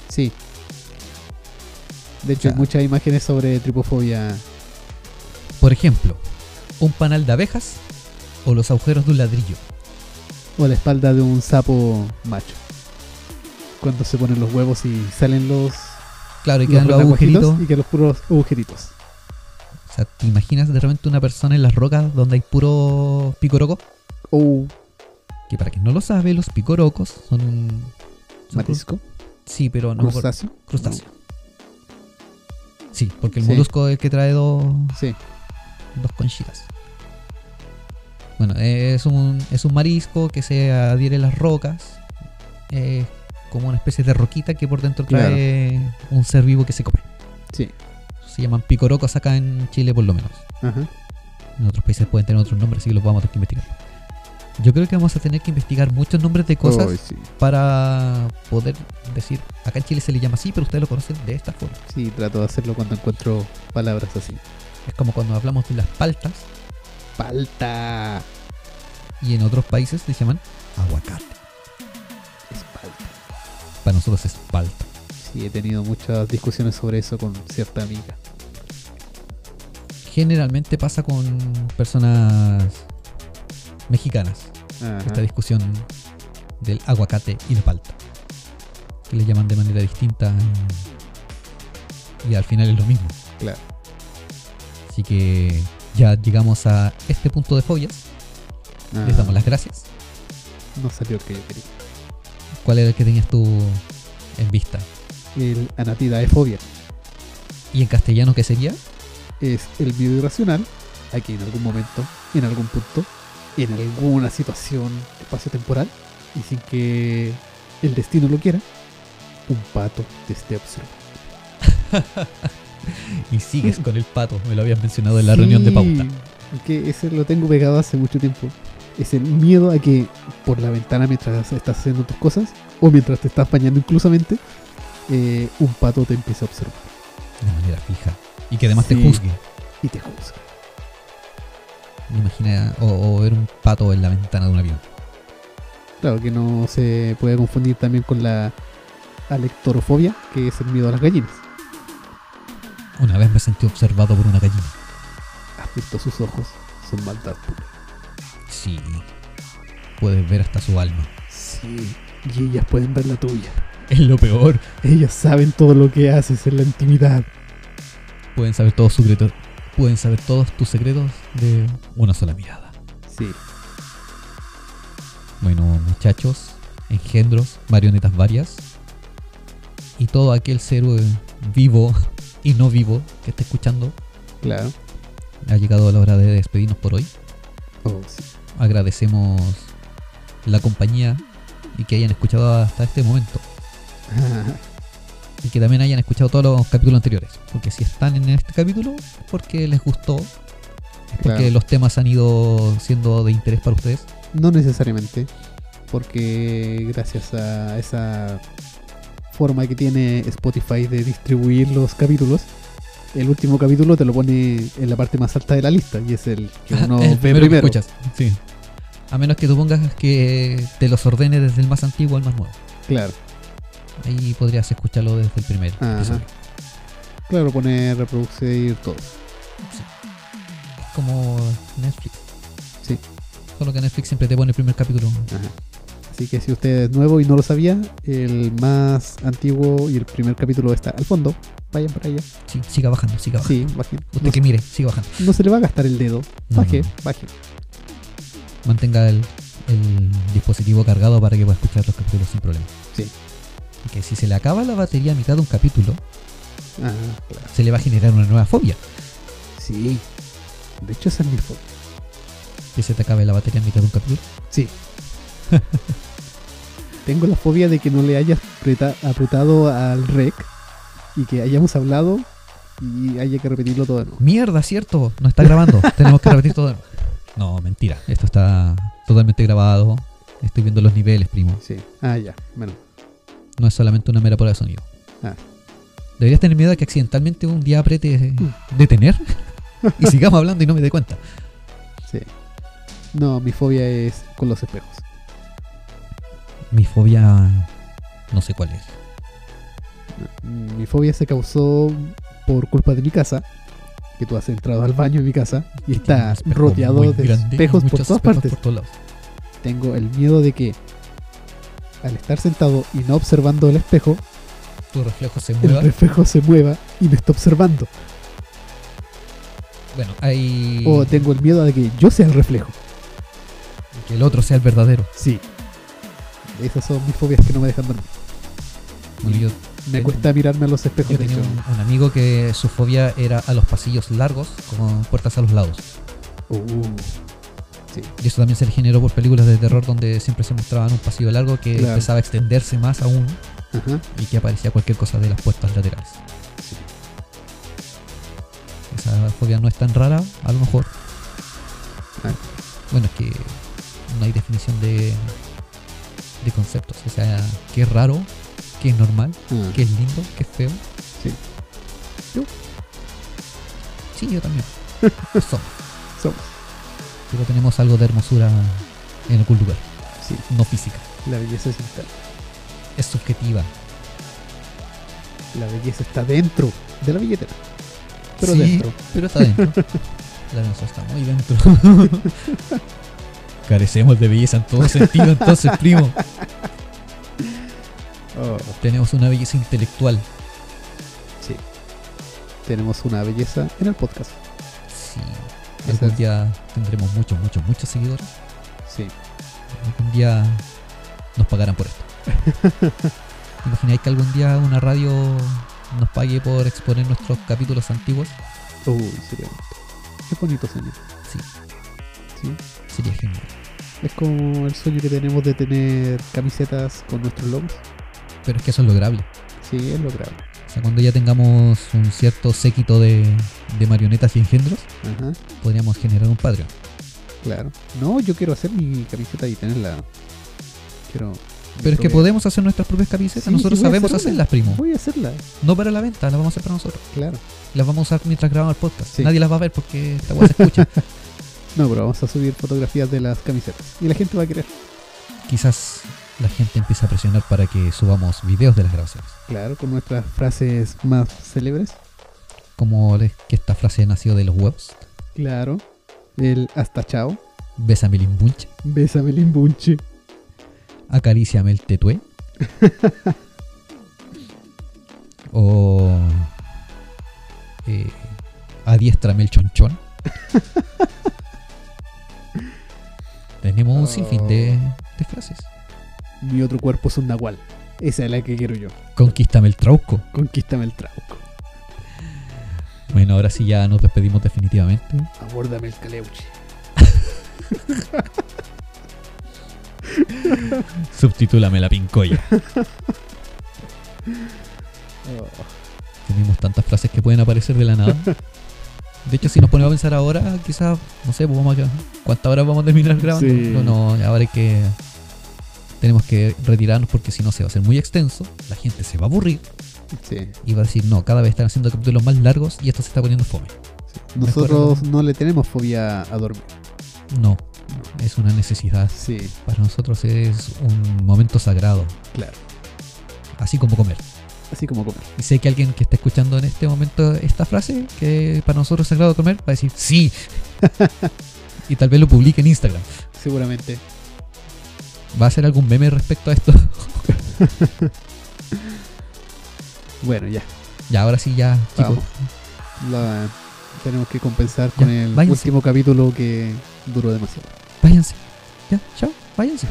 Speaker 2: Sí. De hecho,
Speaker 1: Ya.
Speaker 2: hay muchas imágenes sobre tripofobia.
Speaker 1: Por ejemplo, un panal de abejas o los agujeros de un ladrillo.
Speaker 2: O la espalda de un sapo macho. Cuando se ponen los huevos y salen los,
Speaker 1: Claro, y
Speaker 2: los
Speaker 1: quedan los
Speaker 2: renacuajitos
Speaker 1: agujeritos.
Speaker 2: y que los puros agujeritos.
Speaker 1: O sea, ¿te imaginas de repente una persona en las rocas donde hay puro picoroco?
Speaker 2: O
Speaker 1: Que para quien no lo sabe, los picorocos son un... son
Speaker 2: marisco,
Speaker 1: cru- Sí, pero no... me acuerdo.
Speaker 2: crustáceo.
Speaker 1: Crustáceo. Sí, porque el
Speaker 2: Sí.
Speaker 1: molusco es el que trae dos,
Speaker 2: Sí.
Speaker 1: dos conchitas. Bueno, eh, es un, es un marisco que se adhiere a las rocas. Es como una especie de roquita que por dentro trae un ser vivo que se come.
Speaker 2: Sí.
Speaker 1: Se llaman picorocos acá en Chile por lo menos.
Speaker 2: Ajá.
Speaker 1: En otros países pueden tener otros nombres, así que los vamos a tener que investigar. Yo creo que vamos a tener que investigar muchos nombres de cosas
Speaker 2: Oh, sí.
Speaker 1: para poder decir, acá en Chile se le llama así, pero ustedes lo conocen de esta forma.
Speaker 2: Sí, trato de hacerlo cuando encuentro palabras así.
Speaker 1: Es como cuando hablamos de las paltas
Speaker 2: Palta.
Speaker 1: y en otros países le llaman aguacate.
Speaker 2: Es palta.
Speaker 1: Para nosotros es palta.
Speaker 2: Sí, he tenido muchas discusiones sobre eso con cierta amiga.
Speaker 1: Generalmente pasa con personas mexicanas,
Speaker 2: Ajá.
Speaker 1: esta discusión del aguacate y la palta. Que le llaman de manera distinta y- y al final es lo mismo.
Speaker 2: Claro.
Speaker 1: Así que ya llegamos a este punto de fobias.
Speaker 2: Ah,
Speaker 1: Les damos las gracias.
Speaker 2: No salió el que yo quería.
Speaker 1: ¿Cuál era el que tenías tú en vista?
Speaker 2: El anatidaefobia
Speaker 1: ¿Y en castellano qué sería?
Speaker 2: es el miedo irracional a que en algún momento, en algún punto, en alguna situación espacio-temporal, y sin que el destino lo quiera, un pato te esté observando.
Speaker 1: Y sigues con el pato, me lo habías mencionado en la reunión de pauta.
Speaker 2: Que ese lo tengo pegado hace mucho tiempo. Es el miedo a que por la ventana mientras estás haciendo tus cosas, o mientras te estás bañando inclusamente, eh, un pato te empieza a observar
Speaker 1: De manera fija. Y que además te
Speaker 2: Sí.
Speaker 1: juzgue.
Speaker 2: y te juzga.
Speaker 1: Me imagina, o, o ver un pato en la ventana de un avión.
Speaker 2: Claro que no se puede confundir también con la alectorofobia, que es el miedo a las gallinas.
Speaker 1: Una vez me sentí observado por una gallina.
Speaker 2: Has visto sus ojos, son maldad pura.
Speaker 1: Sí. Puedes ver hasta su alma.
Speaker 2: Sí, y ellas pueden ver la tuya.
Speaker 1: Es lo peor.
Speaker 2: Ellas saben todo lo que haces en la intimidad.
Speaker 1: Pueden saber todos sus secretos. Pueden saber todos tus secretos de una sola mirada.
Speaker 2: Sí,
Speaker 1: Bueno, muchachos, engendros, marionetas varias. Y todo aquel ser eh, vivo y no vivo que esté escuchando.
Speaker 2: claro.
Speaker 1: Ha llegado la hora de despedirnos por hoy.
Speaker 2: Oh, sí. <laughs>
Speaker 1: Agradecemos la compañía y que hayan escuchado hasta este momento. Y que también hayan escuchado todos los capítulos anteriores. Porque si están en este capítulo, es porque les gustó. Es porque
Speaker 2: Claro.
Speaker 1: los temas han ido siendo de interés para ustedes.
Speaker 2: No necesariamente, porque gracias a esa forma que tiene Spotify de distribuir los capítulos, el último capítulo te lo pone en la parte más alta de la lista y es el
Speaker 1: <laughs>
Speaker 2: que uno
Speaker 1: El
Speaker 2: ve
Speaker 1: primero que
Speaker 2: primero.
Speaker 1: escuchas. Sí. A menos que tú pongas que te los ordene desde el más antiguo al más nuevo.
Speaker 2: Claro,
Speaker 1: Ahí podrías escucharlo desde el primer
Speaker 2: Ajá.
Speaker 1: episodio.
Speaker 2: claro, pone reproducir todos.
Speaker 1: Es como Netflix.
Speaker 2: Sí.
Speaker 1: Solo que Netflix siempre te pone el primer capítulo.
Speaker 2: Ajá. Así que si usted es nuevo y no lo sabía, el más antiguo y el primer capítulo está al fondo. Vayan para allá.
Speaker 1: Sí, siga bajando, siga bajando.
Speaker 2: Sí, bajen.
Speaker 1: Usted
Speaker 2: No,
Speaker 1: que mire, siga bajando.
Speaker 2: no se le va a gastar el dedo.
Speaker 1: No,
Speaker 2: Baje,
Speaker 1: no.
Speaker 2: baje.
Speaker 1: Mantenga el, el dispositivo cargado para que pueda escuchar los capítulos sin problema.
Speaker 2: Sí.
Speaker 1: Y Que si se le acaba la batería a mitad de un capítulo,
Speaker 2: Ajá, Ah, claro.
Speaker 1: se le va a generar una nueva fobia.
Speaker 2: Sí. De hecho, esa es mi foto.
Speaker 1: Que se te acabe la batería a mitad de un capítulo.
Speaker 2: Sí. tengo la fobia de que no le hayas apreta- apretado al rec y que hayamos hablado y haya que repetirlo todo de nuevo.
Speaker 1: Mierda, cierto, no está
Speaker 2: <laughs>
Speaker 1: grabando. Tenemos que repetir todo. de nuevo. No, mentira. Esto está totalmente grabado. Estoy viendo los niveles, primo.
Speaker 2: Sí. Ah, ya. Bueno.
Speaker 1: No es solamente una mera prueba de sonido.
Speaker 2: Ah.
Speaker 1: Deberías tener miedo de que accidentalmente un día apriete eh,
Speaker 2: Mm. <laughs>
Speaker 1: detener y sigamos hablando y no me dé cuenta.
Speaker 2: Sí. No, mi fobia es con los espejos.
Speaker 1: Mi fobia no sé cuál es.
Speaker 2: Mi fobia se causó por culpa de mi casa. Que tú has entrado al baño en mi casa y
Speaker 1: Que tiene un
Speaker 2: está
Speaker 1: espejo muy
Speaker 2: rodeado de
Speaker 1: grande y
Speaker 2: espejos por
Speaker 1: muchos
Speaker 2: todas
Speaker 1: espejos
Speaker 2: partes.
Speaker 1: por todos lados.
Speaker 2: Tengo el miedo de que al estar sentado y no observando el espejo,
Speaker 1: Tu reflejo se
Speaker 2: el
Speaker 1: mueva.
Speaker 2: reflejo se mueva y me está observando.
Speaker 1: Bueno, hay
Speaker 2: O tengo el miedo de que yo sea el reflejo.
Speaker 1: que el otro sea el verdadero.
Speaker 2: Sí. Esas son mis fobias que no me dejan dormir.
Speaker 1: Bueno, yo
Speaker 2: Me
Speaker 1: Ten-
Speaker 2: cuesta mirarme a los espejos.
Speaker 1: Yo
Speaker 2: de
Speaker 1: tenía
Speaker 2: hecho.
Speaker 1: un, un amigo que su fobia era a los pasillos largos con puertas a los lados.
Speaker 2: Uh,
Speaker 1: Y eso también se le generó por películas de terror donde siempre se mostraban un pasillo largo que
Speaker 2: Claro.
Speaker 1: empezaba a extenderse más aún
Speaker 2: ajá.
Speaker 1: y que aparecía cualquier cosa de las puertas laterales.
Speaker 2: Sí.
Speaker 1: Esa fobia no es tan rara, a lo mejor.
Speaker 2: Ah.
Speaker 1: Bueno, es que no hay definición de, de conceptos. O sea, qué es raro, qué es normal,
Speaker 2: Ah,
Speaker 1: qué es lindo, qué es feo.
Speaker 2: Sí.
Speaker 1: Yo. Sí, yo también. <laughs> Somos.
Speaker 2: Ah, Somos.
Speaker 1: Pero tenemos algo de hermosura en algún lugar,
Speaker 2: Sí,
Speaker 1: no física.
Speaker 2: la belleza es interna.
Speaker 1: Es subjetiva.
Speaker 2: La belleza está dentro de la billetera. Pero
Speaker 1: Sí,
Speaker 2: dentro.
Speaker 1: Pero está dentro.
Speaker 2: <laughs>
Speaker 1: La belleza está muy dentro. Carecemos de belleza en todo sentido, entonces, primo.
Speaker 2: Oh,
Speaker 1: Tenemos una belleza intelectual.
Speaker 2: sí. Tenemos una belleza en el podcast.
Speaker 1: Sí.
Speaker 2: Esa
Speaker 1: Algún
Speaker 2: es-
Speaker 1: día tendremos muchos, muchos, muchos seguidores.
Speaker 2: Sí.
Speaker 1: Algún día nos pagarán por
Speaker 2: <laughs>
Speaker 1: esto. ¿Te ¿Imagináis que algún día una radio nos pague por exponer nuestros capítulos antiguos?
Speaker 2: Uy, sería bonito. Qué bonito sueño.
Speaker 1: Sí,
Speaker 2: Sí.
Speaker 1: sería genial.
Speaker 2: Es como el sueño que tenemos de tener camisetas con nuestros logos.
Speaker 1: Pero es que eso es lograble.
Speaker 2: Sí, es logrado.
Speaker 1: O sea, cuando ya tengamos un cierto séquito de, de marionetas y engendros,
Speaker 2: Ajá,
Speaker 1: podríamos generar un Patreon.
Speaker 2: claro. No, yo quiero hacer mi camiseta y tenerla. Quiero.
Speaker 1: Pero es que podemos hacer nuestras propias camisetas,
Speaker 2: Sí,
Speaker 1: nosotros
Speaker 2: sí, voy a
Speaker 1: sabemos
Speaker 2: hacerla.
Speaker 1: hacerlas, primo.
Speaker 2: Voy a hacerla,
Speaker 1: No para la venta, las vamos a hacer para nosotros.
Speaker 2: claro.
Speaker 1: Las vamos a usar mientras grabamos el podcast.
Speaker 2: Sí.
Speaker 1: Nadie las va a ver porque esta weá se
Speaker 2: <laughs>
Speaker 1: escucha.
Speaker 2: No, pero vamos a subir fotografías de las camisetas. Y la gente va a querer.
Speaker 1: Quizás la gente empiece a presionar para que subamos videos de las grabaciones.
Speaker 2: Claro, con nuestras frases más célebres.
Speaker 1: Como les- que esta frase nació de los huevos.
Speaker 2: Claro. El hasta chao.
Speaker 1: Bésame el imbunche,
Speaker 2: Bésame el imbunche.
Speaker 1: acaríciame el tetué. <laughs> o eh, adiéstrame el <laughs> chonchón. Tenemos un sinfín de, de frases.
Speaker 2: Mi otro cuerpo es un nahual. Esa es la que quiero yo.
Speaker 1: Conquístame el trauco.
Speaker 2: Conquístame el trauco.
Speaker 1: Bueno, ahora sí ya nos despedimos definitivamente.
Speaker 2: Abórdame el caleuche.
Speaker 1: Subtitúlame la pincoya.
Speaker 2: Oh.
Speaker 1: Tenemos tantas frases que pueden aparecer de la nada. De hecho, si nos ponemos a pensar ahora, quizás, no sé, pues vamos a, ¿cuántas horas vamos a terminar grabando?
Speaker 2: Sí.
Speaker 1: No, no, ahora hay que... Tenemos que retirarnos porque si no se va a hacer muy extenso, la gente se va a aburrir
Speaker 2: Sí.
Speaker 1: y va a decir, no, cada vez están haciendo capítulos más largos y esto se está poniendo fome.
Speaker 2: sí. Nosotros no le tenemos fobia a dormir.
Speaker 1: No, es una necesidad.
Speaker 2: Sí,
Speaker 1: Para nosotros es un momento sagrado,
Speaker 2: claro.
Speaker 1: así como comer.
Speaker 2: Así como comer.
Speaker 1: Y sé que alguien que está escuchando en este momento esta frase, que para nosotros es sagrado comer, va a decir sí. y tal vez lo publique en Instagram.
Speaker 2: Seguramente.
Speaker 1: ¿Va a hacer algún meme respecto a esto? <laughs>
Speaker 2: Bueno, ya.
Speaker 1: ya, ahora sí, ya, chicos.
Speaker 2: Vamos. La- tenemos que compensar con
Speaker 1: Ya,
Speaker 2: el
Speaker 1: váyanse.
Speaker 2: último capítulo que duró demasiado.
Speaker 1: Váyanse. Ya, chao, váyanse.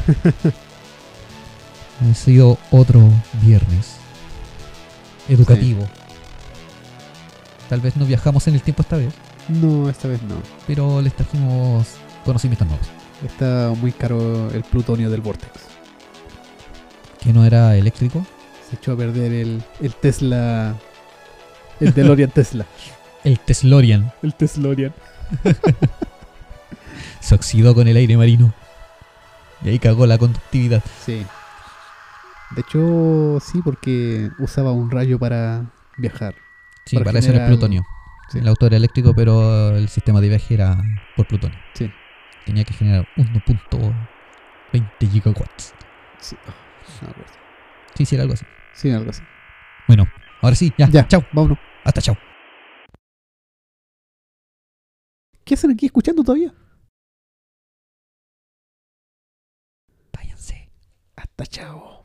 Speaker 1: ha sido otro viernes educativo. Tal vez no viajamos en el tiempo esta vez,
Speaker 2: No, esta vez no.
Speaker 1: pero les trajimos conocimientos nuevos.
Speaker 2: Está muy caro el plutonio del Vortex.
Speaker 1: que no era eléctrico.
Speaker 2: Se echó a perder el, el Tesla. <laughs> El DeLorean Tesla.
Speaker 1: El Teslorian
Speaker 2: El Teslorian.
Speaker 1: se oxidó con el aire marino. Y ahí cagó la conductividad.
Speaker 2: Sí. De hecho, sí, porque usaba un rayo para viajar.
Speaker 1: Sí,
Speaker 2: Para
Speaker 1: para, eso era el
Speaker 2: generar-
Speaker 1: plutonio.
Speaker 2: sí.
Speaker 1: El auto era eléctrico, pero el sistema de viaje era por plutonio.
Speaker 2: Sí.
Speaker 1: Tenía que generar 1.20 gigawatts.
Speaker 2: Sí, ah, no me acuerdo.
Speaker 1: Sí, sí, era algo así.
Speaker 2: Sí, algo así.
Speaker 1: Bueno, ahora sí, ya,
Speaker 2: Ya,
Speaker 1: chao,
Speaker 2: vámonos.
Speaker 1: hasta chao.
Speaker 2: ¿Qué hacen aquí escuchando todavía?
Speaker 1: Váyanse.
Speaker 2: Hasta chao.